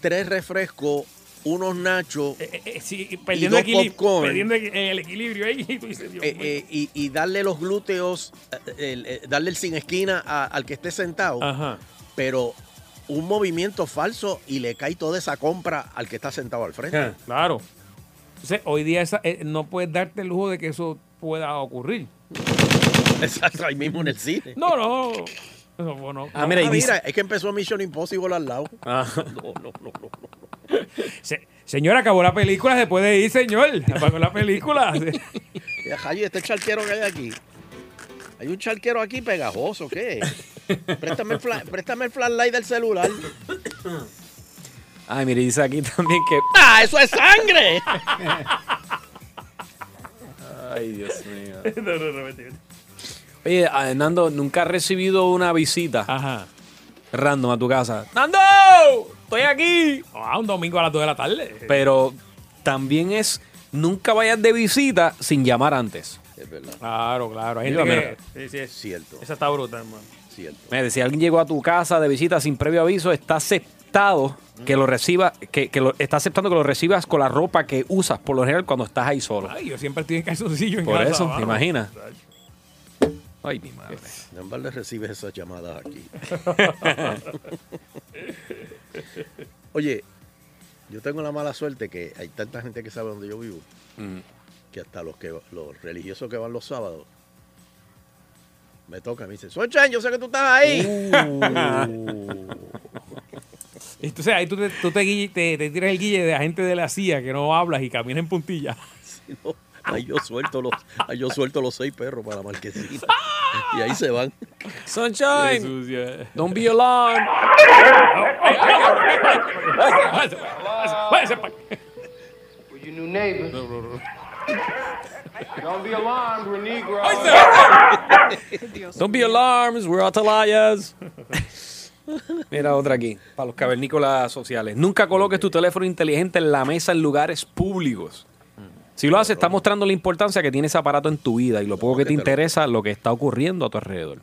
tres refrescos, unos nachos, Eh, sí, y Perdiendo, dos equili- popcorn, perdiendo equi- el equilibrio ahí. y tú dices, Dios eh, mío. eh, y, y darle los glúteos, eh, el- eh, darle el sin esquina a- al que esté sentado, pero un movimiento falso y le cae toda esa compra al que está sentado al frente. Ah, Claro. Entonces, hoy día esa- eh, no puedes darte el lujo de que eso pueda ocurrir. Exacto, ahí mismo en el cine. No, no. No, bueno, Ah, no. mira, es que empezó Mission Impossible al lado. No, no, no, no. Se- señora, acabó la película, se puede ir, señor. Acabó la película. Ya, Jayo, este charquero que hay aquí. Hay un charquero aquí pegajoso, ¿qué? Préstame el, fla- préstame el flashlight del celular. Ay, mire, dice aquí también que. ¡Ah, eso es sangre! Ay, Dios mío. No, no, no, mentira. Oye, ah, Nando, nunca has recibido una visita Ah. random a tu casa. ¡Nando! ¡Estoy aquí! Ah, un domingo a las 2 de la tarde. Pero también es nunca vayas de visita sin llamar antes. Es verdad. Claro, claro. Hay Digo, gente que, sí, sí, es Cierto. Esa está bruta, hermano. Cierto. Mira, Eh, si alguien llegó a tu casa de visita sin previo aviso, está aceptado que lo reciba, que, que lo, está aceptando que lo recibas con la ropa que usas por lo general cuando estás ahí solo. Ay, yo siempre estoy en calzoncillo en Por casa, eso, mano. ¿te imaginas? Ay, mi madre. Nambal le recibes esas llamadas aquí. Oye, yo tengo la mala suerte que hay tanta gente que sabe dónde yo vivo que hasta los que los religiosos que van los sábados me tocan y me dicen, Sunshine, yo sé que tú estás ahí. Entonces ahí tú, te, tú te, guille- te- te tiras el guille de la gente de la CIA que no hablas y camina en puntilla. Ahí yo suelto los, ahí yo suelto los seis perros para la marquesina. Y ahí se van. Sunshine. Don't be alarmed. With your new neighbors. Don't be alarmed, we're Negroes. Don't be alarmed, we're atalayas. Mira otra aquí, para los cavernícolas sociales. Nunca coloques tu teléfono inteligente en la mesa en lugares públicos. Si lo haces, estás mostrando la importancia que tiene ese aparato en tu vida y lo poco que te interesa lo que está ocurriendo a tu alrededor.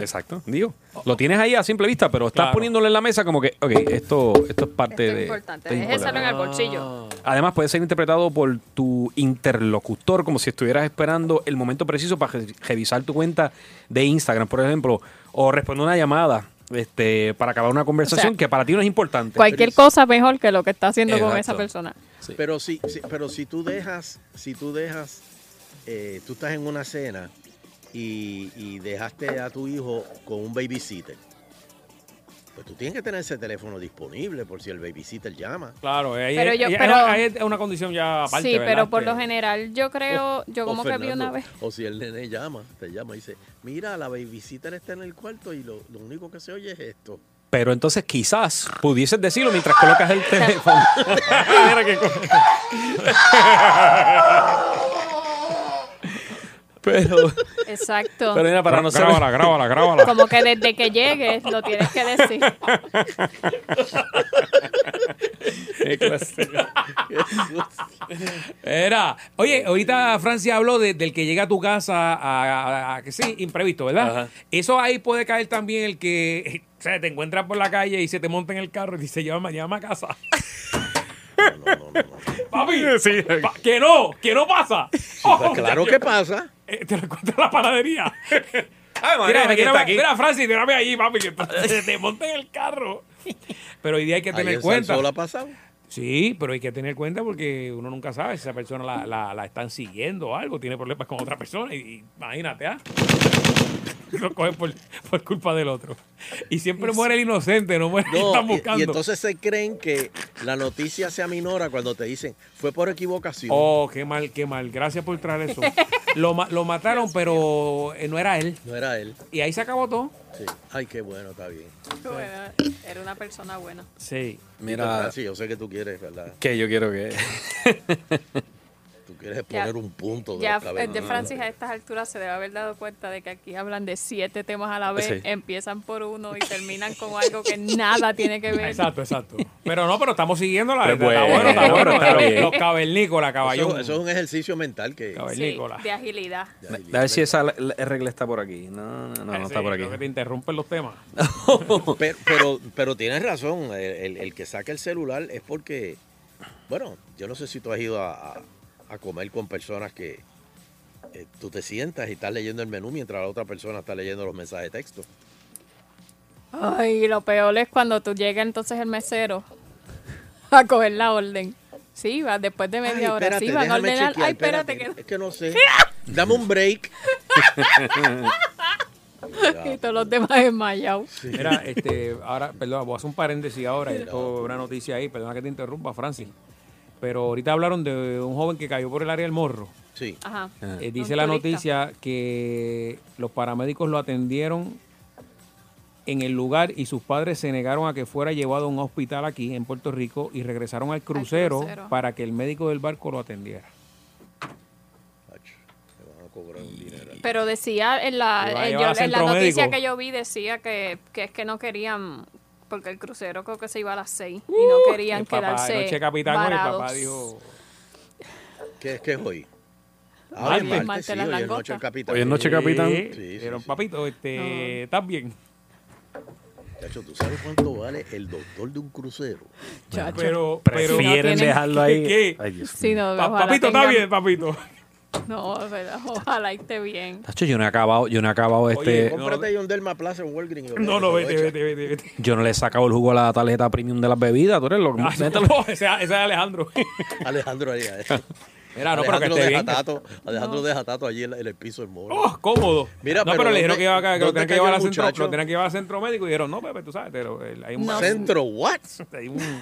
Exacto, digo. Lo tienes ahí a simple vista, pero estás Claro. poniéndolo en la mesa como que, ok, esto, esto es parte de... Ah, Importante, esto es déjeselo en importante. el bolsillo. Además, puede ser interpretado por tu interlocutor como si estuvieras esperando el momento preciso para re- revisar tu cuenta de Instagram, por ejemplo, o responder una llamada este, para acabar una conversación O sea, que para ti no es importante. Cualquier cosa mejor que lo que está haciendo con Exacto. esa persona. Pero si, si- pero si tú dejas, si tú dejas, eh, tú estás en una cena y, y dejaste a tu hijo con un babysitter, pues tú tienes que tener ese teléfono disponible por si el babysitter llama. Claro, ahí Pero es, yo- ahí es- pero- ahí es una condición ya aparte. sí, ¿verdad? pero por Que- lo general yo creo, yo O como que vi oh, Fernando, una vez. O si el nene llama, te llama y dice, mira, la babysitter está en el cuarto y lo, lo único que se oye es esto. Pero entonces quizás pudieses decirlo mientras colocas el teléfono. Mira qué Pero, Exacto. pero era para no ser... Grábala, grábala, grábala. Como que desde que llegues lo tienes que decir. Qué clase. Era. Oye, ahorita Francia habló de- del que llega a tu casa a, a- a- que sí, imprevisto, ¿verdad? Ajá. Eso ahí puede caer también el que o sea, te encuentras por la calle y se te monta en el carro y dice, llévame, llévame a casa. Papi, pa- que no, que no pasa. Oh, Pues claro ya- que pasa. Eh, te lo encuentras en la panadería. María, mira, que está mira, aquí. mira, Francis, tírame ahí, papi, que te, te monta en el carro. Pero hoy día hay que Ahí tener en cuenta. Salsola ha pasado. Sí, pero hay que tener cuenta porque uno nunca sabe si esa persona la, la- la están siguiendo o algo, tiene problemas con otra persona y, y imagínate, ¿ah? Lo cogen por, por culpa del otro. Y siempre muere el inocente, no muere el que No, están y- buscando. Y, entonces se creen que la noticia se aminora cuando te dicen fue por equivocación. Oh, qué mal, qué mal. Gracias por traer eso. Lo, ma- lo mataron, pero eh, no era él. No era él. Y ahí se acabó todo. Sí. Ay, qué bueno, está bien. Bueno, era una persona buena. Sí. Mira, Mira, Francis, yo sé que tú quieres, ¿verdad? que yo quiero que... Tú quieres poner un punto de Ya, los eh, de cavernícolas. Francis a estas alturas se debe haber dado cuenta de que aquí hablan de siete temas a la vez, Sí. empiezan por uno y terminan con algo que nada tiene que ver. Exacto, exacto. Pero no, pero estamos siguiendo la. Pues está bueno, bueno, está bueno. está bien. Los cavernícolas, Eso, caballón. eso es un ejercicio mental que. Sí, de agilidad. A ver si esa la- la regla está por aquí. No, no, no, no está por aquí. Creo que te interrumpen los temas. pero, pero, pero tienes razón, el, el- el que saca el celular es porque, bueno, yo no sé si tú has ido a, a- a comer con personas que eh, tú te sientas y estás leyendo el menú mientras la otra persona está leyendo los mensajes de texto. Ay, lo peor es cuando tú llega entonces el mesero a coger la orden. Sí, va, después de media Ay, hora. espérate, sí, van a déjame ordenar. chequear, Ay, espérate, Es que no sé. Dame un break. que... y todos los demás desmayados. Mira, este, ahora, perdón, voy a hacer un paréntesis ahora. y esto, una noticia ahí, perdona que te interrumpa, Francis. Pero ahorita hablaron de un joven que cayó por el área del morro. Sí. Ajá. Ah. Eh, Un dice la turista. noticia que los paramédicos lo atendieron en el lugar y sus padres se negaron a que fuera llevado a un hospital aquí en Puerto Rico y regresaron al crucero, crucero. para que el médico del barco lo atendiera. Te van a cobrar un dinero. Pero decía en la, Lo va a en llevar yo- al en la centro noticia médico. que yo vi, decía que, que es que no querían, porque el crucero creo que se iba a las seis y no querían Uh, El papá, quedarse. anoche Capitán con el papá varados. dijo, ¿Qué es que es hoy? Martes. Ah, es Martes, martes, sí, las hoy es langostas. noche del capitán. Hoy es noche, capitán. Sí, Sí, sí, pero, sí. papito, este, ¿estás bien? Chacho, ¿tú sabes cuánto vale el doctor de un crucero? Chacho. Pero, pero- Prefieren dejarlo ahí. ¿Qué? Ay, Dios Sí, no, Pa- ojalá papito, está tengan- bien, papito. No, verdad, ojalá esté bien. Tacho, yo no he acabado, yo no he acabado Oye, este, cómprate ahí un Delma Plaza en Walgreens. Eh, No, no, vete, aprovecha. vete, vete. vete. yo no le he sacado el jugo a la tarjeta premium de las bebidas, tú eres loco. Ah, Mételo. no, ese, ese es Alejandro. Alejandro ahí. ahí. Mira, no, pero que Alejandro esté deja bien. Tato, Alejandro No. deja Tato allí en, la- en el piso del moro. Oh, cómodo. Mira, no, pero, le dijeron ¿dónde- que, iba a- que lo dónde tenían que cayó llevar el al centro, muchacho? lo tenían que llevar al centro médico y dijeron, no, Pepe, tú sabes, pero el- hay un No. ¿Centro what? hay un-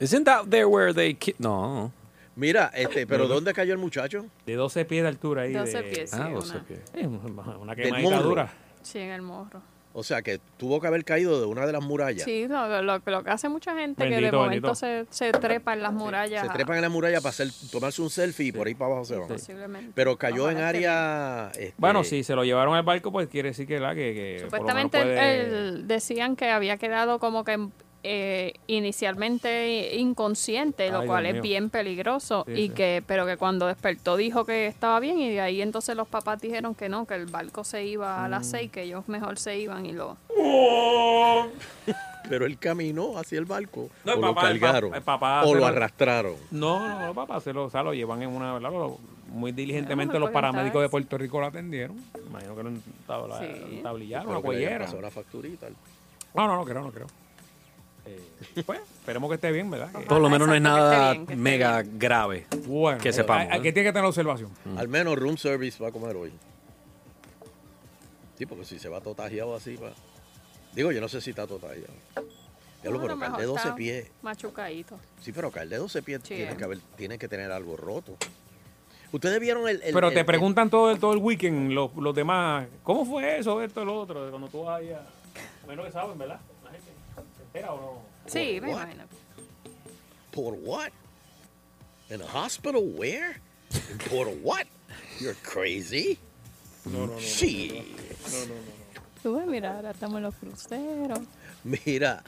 Isn't that there where they ki- No. Mira, este, pero ¿dónde cayó el muchacho? de 12 pies de altura ahí. 12 de- pies, sí, Ah, una, o sea que- Eh, Una, una Del quemadita morro. dura. sí, en el morro. O sea, que tuvo que haber caído de una de las murallas. Sí, no, lo, lo que hace mucha gente que de Bendito, momento bendito. se, se trepa en las murallas. Se trepan en la muralla para hacer, tomarse un selfie y por ahí para abajo se van. Posiblemente. Pero cayó Ojalá en esté área... este, Bueno, si se lo llevaron al barco, pues quiere decir que la que. que por lo menos Supuestamente él- puede- él decían que había quedado como que eh, inicialmente inconsciente, lo Ay, cual Dios es mío. bien peligroso Sí, y sí. que pero que cuando despertó dijo que estaba bien y de ahí entonces los papás dijeron que no, que el barco se iba a las Mm. seis, que ellos mejor se iban y lo Pero él caminó hacia el barco. No, o el lo papá- el pa- cargaron. el papá o se lo lo- arrastraron. No, no, no, papá, se lo, o sea, lo llevan en una. ¿verdad? Lo- muy diligentemente Vamos, los porque paramédicos estaba- de Puerto Rico lo atendieron. Imagino que lo entabla- Sí. lo entablillaron, Pero una que le cuellera. pasó una facturita. No, no, no creo, no creo. Eh, pues, esperemos que esté bien, ¿verdad? Que- Por lo menos no es Ah, Exacto, que esté nada bien, que esté mega grave. bueno, que sepamos, hay- hay ¿eh? que tiene que tener observación. Al menos room service va a comer hoy. Sí, porque si se va totajeado así, va. Digo, yo no sé si está totajeado. Diablo, pero Bueno, caer de mejor 12 está pies. machucadito. Sí, pero caer de 12 pies Sí, tiene, eh. que haber, tiene que tener algo roto. Ustedes vieron el. el- Pero el- te el- preguntan todo, el- todo el weekend los, los demás, ¿cómo fue eso, esto, lo otro? de Cuando tú vas ahí a... Menos que saben, ¿verdad? La gente se entera o no. Sí, me what? imagino. ¿Por what? ¿En a hospital? ¿Where? ¿Por what? ¿You're crazy? Sí. Tú ves, mira, ahora estamos en los cruceros. Mira,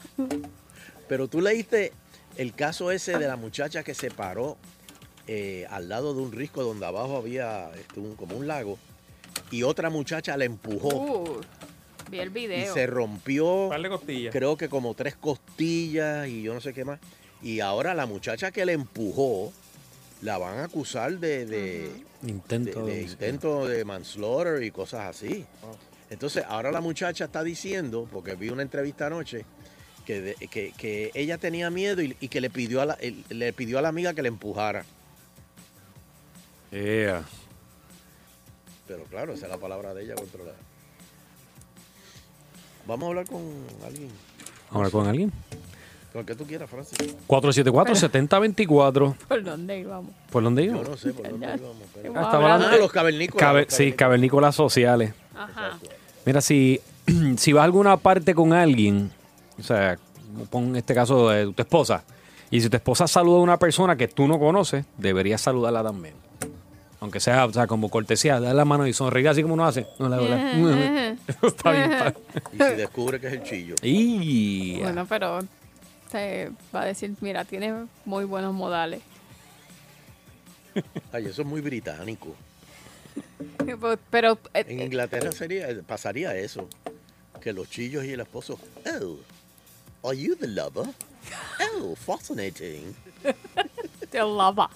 pero tú leíste el caso ese de la muchacha que se paró eh, al lado de un risco donde abajo había este, un- como un lago y otra muchacha la empujó Uh, vi el y video. se rompió, Par de costillas. creo que como tres costillas y yo no sé qué más. Y ahora la muchacha que la empujó la van a acusar de, de- de- Intento. de de- intento de manslaughter y cosas así. Entonces, ahora la muchacha está diciendo, porque vi una entrevista anoche, que, de- que- que ella tenía miedo y, y que le pidió, a la, el- le pidió a la amiga que le empujara. Yeah. Pero claro, esa es la palabra de ella controlada. Vamos a hablar con alguien. Ahora con alguien. Con que tú quieras, Francis. 474-7024. ¿Por dónde íbamos? ¿Por dónde Yo iba? no sé por dónde íbamos. pero- Ah, estaba hablando- Ah, los cavernícolas. Cabe- los sí, cavernícolas sociales. Ajá. Mira, si, si vas a alguna parte con alguien, o sea, pon en este caso de tu esposa, y si tu esposa saluda a una persona que tú no conoces, deberías saludarla también. Aunque sea, o sea, como cortesía, dale la mano y sonríe así como uno hace. No, la verdad. Eso está bien. padre. Y si descubre que es el chillo. Y- Bueno, pero te va a decir, mira, tienes muy buenos modales. Ay, eso es muy británico. Pero, pero, eh, En Inglaterra sería, pasaría eso. Que los chillos y el esposo. Oh, are you the lover? Oh, fascinating. eh, te lava.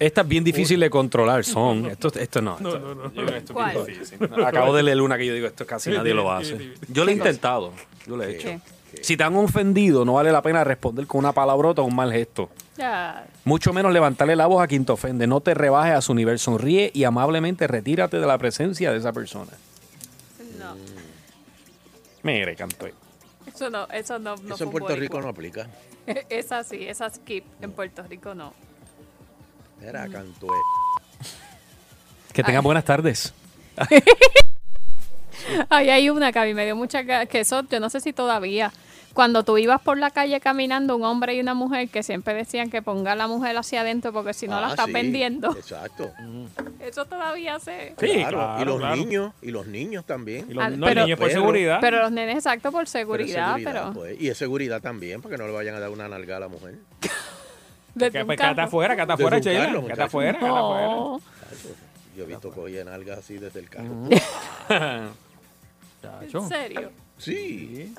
Esta es bien difícil de controlar, son. Esto, esto no. No, esto- no, no. yo creo que esto es ¿Cuál? bien difícil. Acabo de leer una que yo digo, esto casi Sí, nadie lo sí, hace. sí, sí. Yo lo he Sí. intentado, yo lo he ¿Qué? hecho. Si te han ofendido, no vale la pena responder con una palabrota o un mal gesto. Ya. Mucho menos levantarle la voz a quien te ofende. No te rebajes a su nivel. Sonríe y amablemente retírate de la presencia de esa persona. No, Mire, canto. ahí. eso no, eso no, eso no fue en un Puerto Rico no boricua. aplica. Esa sí, esa skip en Puerto Rico no. Era Mm. canto. Que tenga buenas tardes. Ahí hay una que a mí me dio mucha ca- que eso, yo no sé si todavía. Cuando tú ibas por la calle caminando, un hombre y una mujer que siempre decían que ponga a la mujer hacia adentro porque si no la Ah, estás sí, Eh, vendiendo. Exacto. Eso todavía se. Sí, claro, y los claro. niños, y los niños también. Y los- Ah, no, y pero- niños por seguridad. Pero los nenes, exacto, por Pero es seguridad, pero. pues. Y es seguridad también, para que no le vayan a dar una nalga a la mujer. desde Que un pues, que está carro. afuera, que está Desde afuera, un Sheila. carro, Que está muchacho. afuera, que está afuera. No. pues, Yo he visto que oyen nalgas así desde el carro. Mm. ¿En serio? Ah, Sí.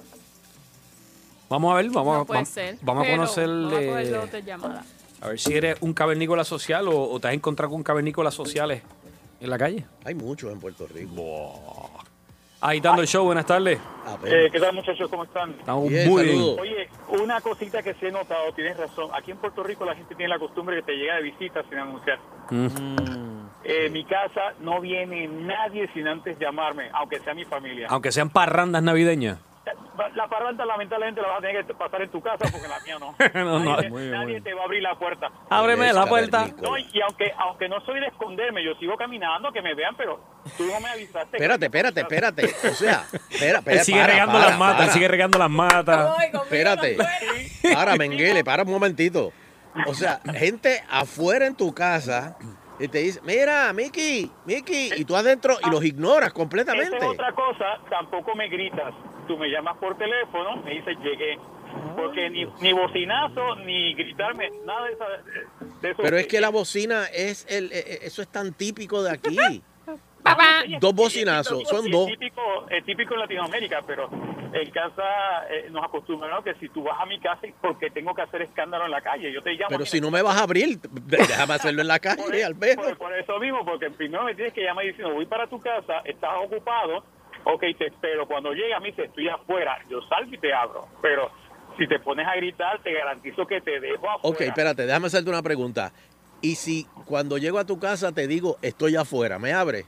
Vamos a ver, vamos, No a- puede vam- ser. vamos a Pero conocer. vamos a coger eh, la otra llamada. a ver si eres un cavernícola social o, o te has encontrado con cavernícolas sociales en la calle. Hay muchos en Puerto Rico. Ahí dando el show, buenas tardes. Eh, ¿Qué tal muchachos? ¿Cómo están? Estamos Bien, muy bien. saludos. Oye, una cosita que se he notado, tienes razón. Aquí en Puerto Rico la gente tiene la costumbre que te llega de visita sin anunciar. Mm. Eh, Mi casa no viene nadie sin antes llamarme, aunque sea mi familia. Aunque sean parrandas navideñas. La parranda lamentablemente la vas a tener que pasar en tu casa porque la mía no. No, no. Nadie, Muy bien, nadie muy bien. te va a abrir la puerta. Ábreme la puerta. No, y y aunque, aunque no soy de esconderme, yo sigo caminando, que me vean, pero tú no me avisaste. Espérate, espérate, espérate. O sea, espera, espera. Él sigue para, regando para, las matas, él para. sigue regando las matas. Espérate. Para, Menguele, para un momentito. O sea, gente afuera en tu casa y te dice, mira, Mickey, Mickey, y tú adentro y los ignoras completamente. Esa es otra cosa, tampoco me gritas. Tú me llamas por teléfono, me dices llegué. Porque ni, ni bocinazo, ni gritarme, nada de, esa- de eso. Pero es que la bocina es el, eh, eh, eso es tan típico de aquí. Dos bocinazos, son dos. Es típico, es típico en Latinoamérica, pero en casa eh, nos acostumbramos que si tú vas a mi casa, porque tengo que hacer escándalo en la calle? Yo te llamo. Pero mira, si no me vas a abrir, déjame hacerlo en la calle, al menos. Por, por eso mismo, porque primero me tienes que llamar diciendo, voy para tu casa, estás ocupado, ok, te espero. Cuando llegas me dices, estoy afuera, yo salgo y te abro. Pero si te pones a gritar, te garantizo que te dejo afuera. Ok, espérate, déjame hacerte una pregunta. Y si cuando llego a tu casa te digo, estoy afuera, ¿me abre?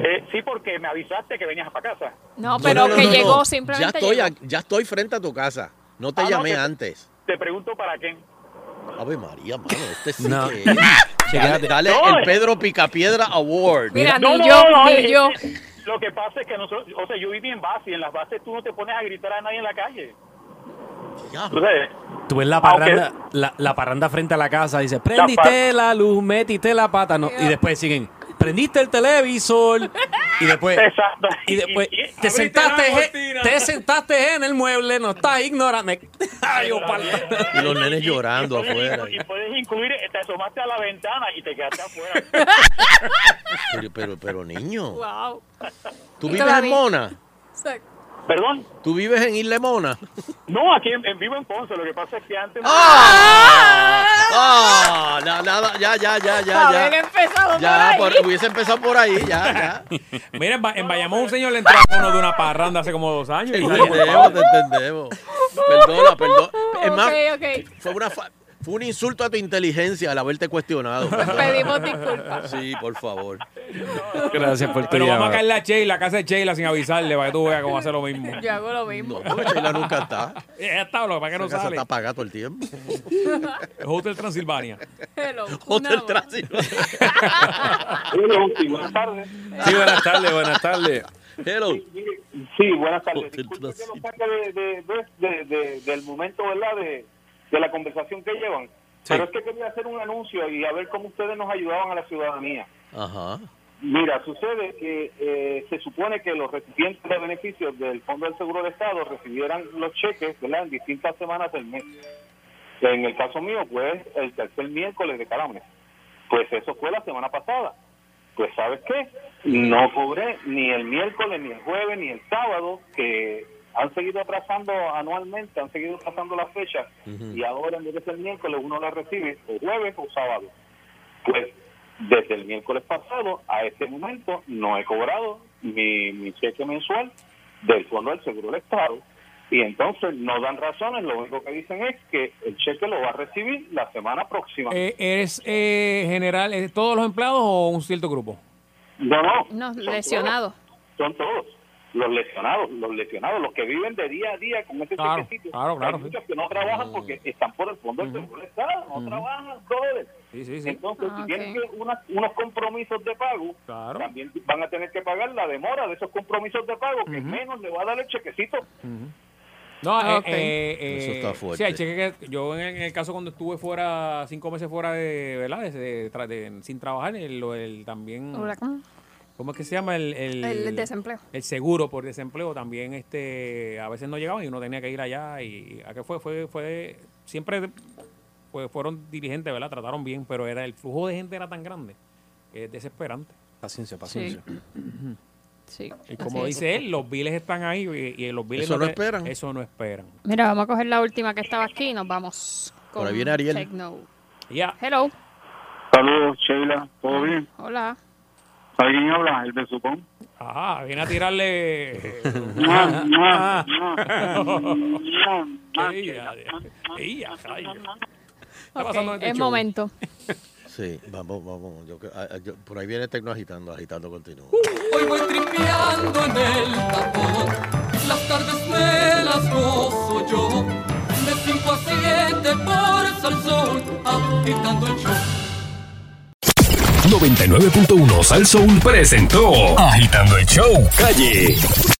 Eh, sí, porque me avisaste que venías para casa. No, pero que llegó, simplemente Ya estoy, llegó. a- ya estoy frente a tu casa. No te Ah, no, llamé que- antes. Te pregunto para qué. Ave María, mano, este sí No. que es. Dale, dale No, eh. el Pedro Picapiedra Award. No, no, no, es- es- Lo que pasa es que nosotros, o sea, yo viví en base y en las bases tú no te pones a gritar a nadie en la calle. Tú sabes, Tú ves la parranda, la, la parranda frente a Ah, la casa, dice, prendiste la luz, metiste la pata, no, y después siguen, prendiste el televisor, y después, y después, te sentaste, la eh, te sentaste en el mueble, no estás ignorando. Ay, oh, palta. Y los nenes llorando afuera. y puedes incluir, te asomaste a la ventana y te quedaste afuera. Pero, pero, pero, niño, Wow. ¿tú Y vives en todavía- Mona? Exacto. ¿Perdón? ¿Tú vives en Isla Mona? No, aquí en, en vivo en Ponce, lo que pasa es que antes... Ah. Ah, na- nada, ya, ya, ya, ya, ya. Haber empezado ya, por ahí. hubiese empezado por ahí, ya, ya. Mira, en, Ba- en Bayamón un señor le entró a uno de una parranda hace como dos años. Te entendemos, te entendemos. Perdona, perdona. Es más, ok, ok. fue, una fa- fue un insulto a tu inteligencia al haberte cuestionado. perdona. Pedimos disculpas. Sí, por favor. Gracias por tu Pero vamos a llamada. caerle a Sheila, a casa de Sheila sin avisarle para que tú veas cómo hace lo mismo. Yo hago lo mismo. Porque Sheila nunca está. Ya está, lo que pasa es que no Esa casa sale. está apagada todo el tiempo. Es Hotel Transilvania. Hello, Hotel una- Transilvania. Buenas tardes. Sí, buenas tardes, buenas tardes. Hello. Sí, buenas tardes. Disculpe que lo saque de- de- de- de- de- del momento, ¿verdad? De, de la conversación que llevan. Pero es que quería hacer un anuncio y a ver cómo ustedes nos ayudaban a la ciudadanía. Ajá. Mira, sucede que eh, se supone que los recipientes de beneficios del Fondo del Seguro de Estado recibieran los cheques ¿verdad? en distintas semanas del mes. En el caso mío, pues, el tercer miércoles de cada mes. Pues eso fue la semana pasada. Pues, ¿sabes qué? No cobré ni el miércoles, ni el jueves, ni el sábado, que han seguido atrasando anualmente, han seguido atrasando la fecha, y ahora en vez de ser miércoles uno la recibe o jueves o sábado. Pues desde el miércoles pasado a este momento no he cobrado mi, mi cheque mensual del Fondo del Seguro del Estado y entonces no dan razones, lo único que dicen es que el cheque lo va a recibir la semana próxima. Eh, ¿Eres eh, general, eh, todos los empleados o un cierto grupo? No, no, No, lesionado. son todos. Los lesionados, los lesionados, los que viven de día a día con ese Claro, chequecito. claro, claro, Hay sí. muchos que no trabajan porque están por el fondo del seguro del Estado, no Ujú. trabajan dólares. Sí, sí, Entonces, Ah, si tienen ok. que una- unos compromisos de pago, también van a tener que pagar la demora de esos compromisos de pago, que Ujú. menos le va a dar el chequecito. No, eh, Ok. eh, eh, Eso está fuerte. sí, hay cheques que- yo en, en el caso cuando estuve fuera, cinco meses fuera de, ¿verdad? De- de- tra- de- sin trabajar, el, lo- el también... Huracán. ¿Cómo es que se llama? El, el, El desempleo. El seguro por desempleo también este a veces no llegaba y uno tenía que ir allá y a qué fue fue fue siempre pues fueron dirigentes, ¿verdad? Trataron bien, pero era el flujo de gente era tan grande que es desesperante. Paciencia, paciencia. Sí. Y como así es. dice él, los biles están ahí y, y los biles Eso no te- esperan. Eso no esperan. Mira, vamos a coger la última que estaba aquí y nos vamos. Por ahí con viene Ariel. Tecno. Ya. Hello. Saludos, Sheila. ¿Todo bien? Hola. ¿Alguien habla? El de Supón. Ajá, viene a tirarle. Mua, mua, Ey, ya, ya. Ey, ya, ay, ya. Está Ok, pasando en este es show. momento. Sí, vamos, vamos. Yo, creo- ah, ah, yo- por ahí viene Tecno agitando, agitando continúo. Hoy voy tripeando en el tapón, las tardes me las gozo yo, de 5 a 7 por Salsón, agitando el show. 99.1 Sal Soul presentó Agitando el Show Calle.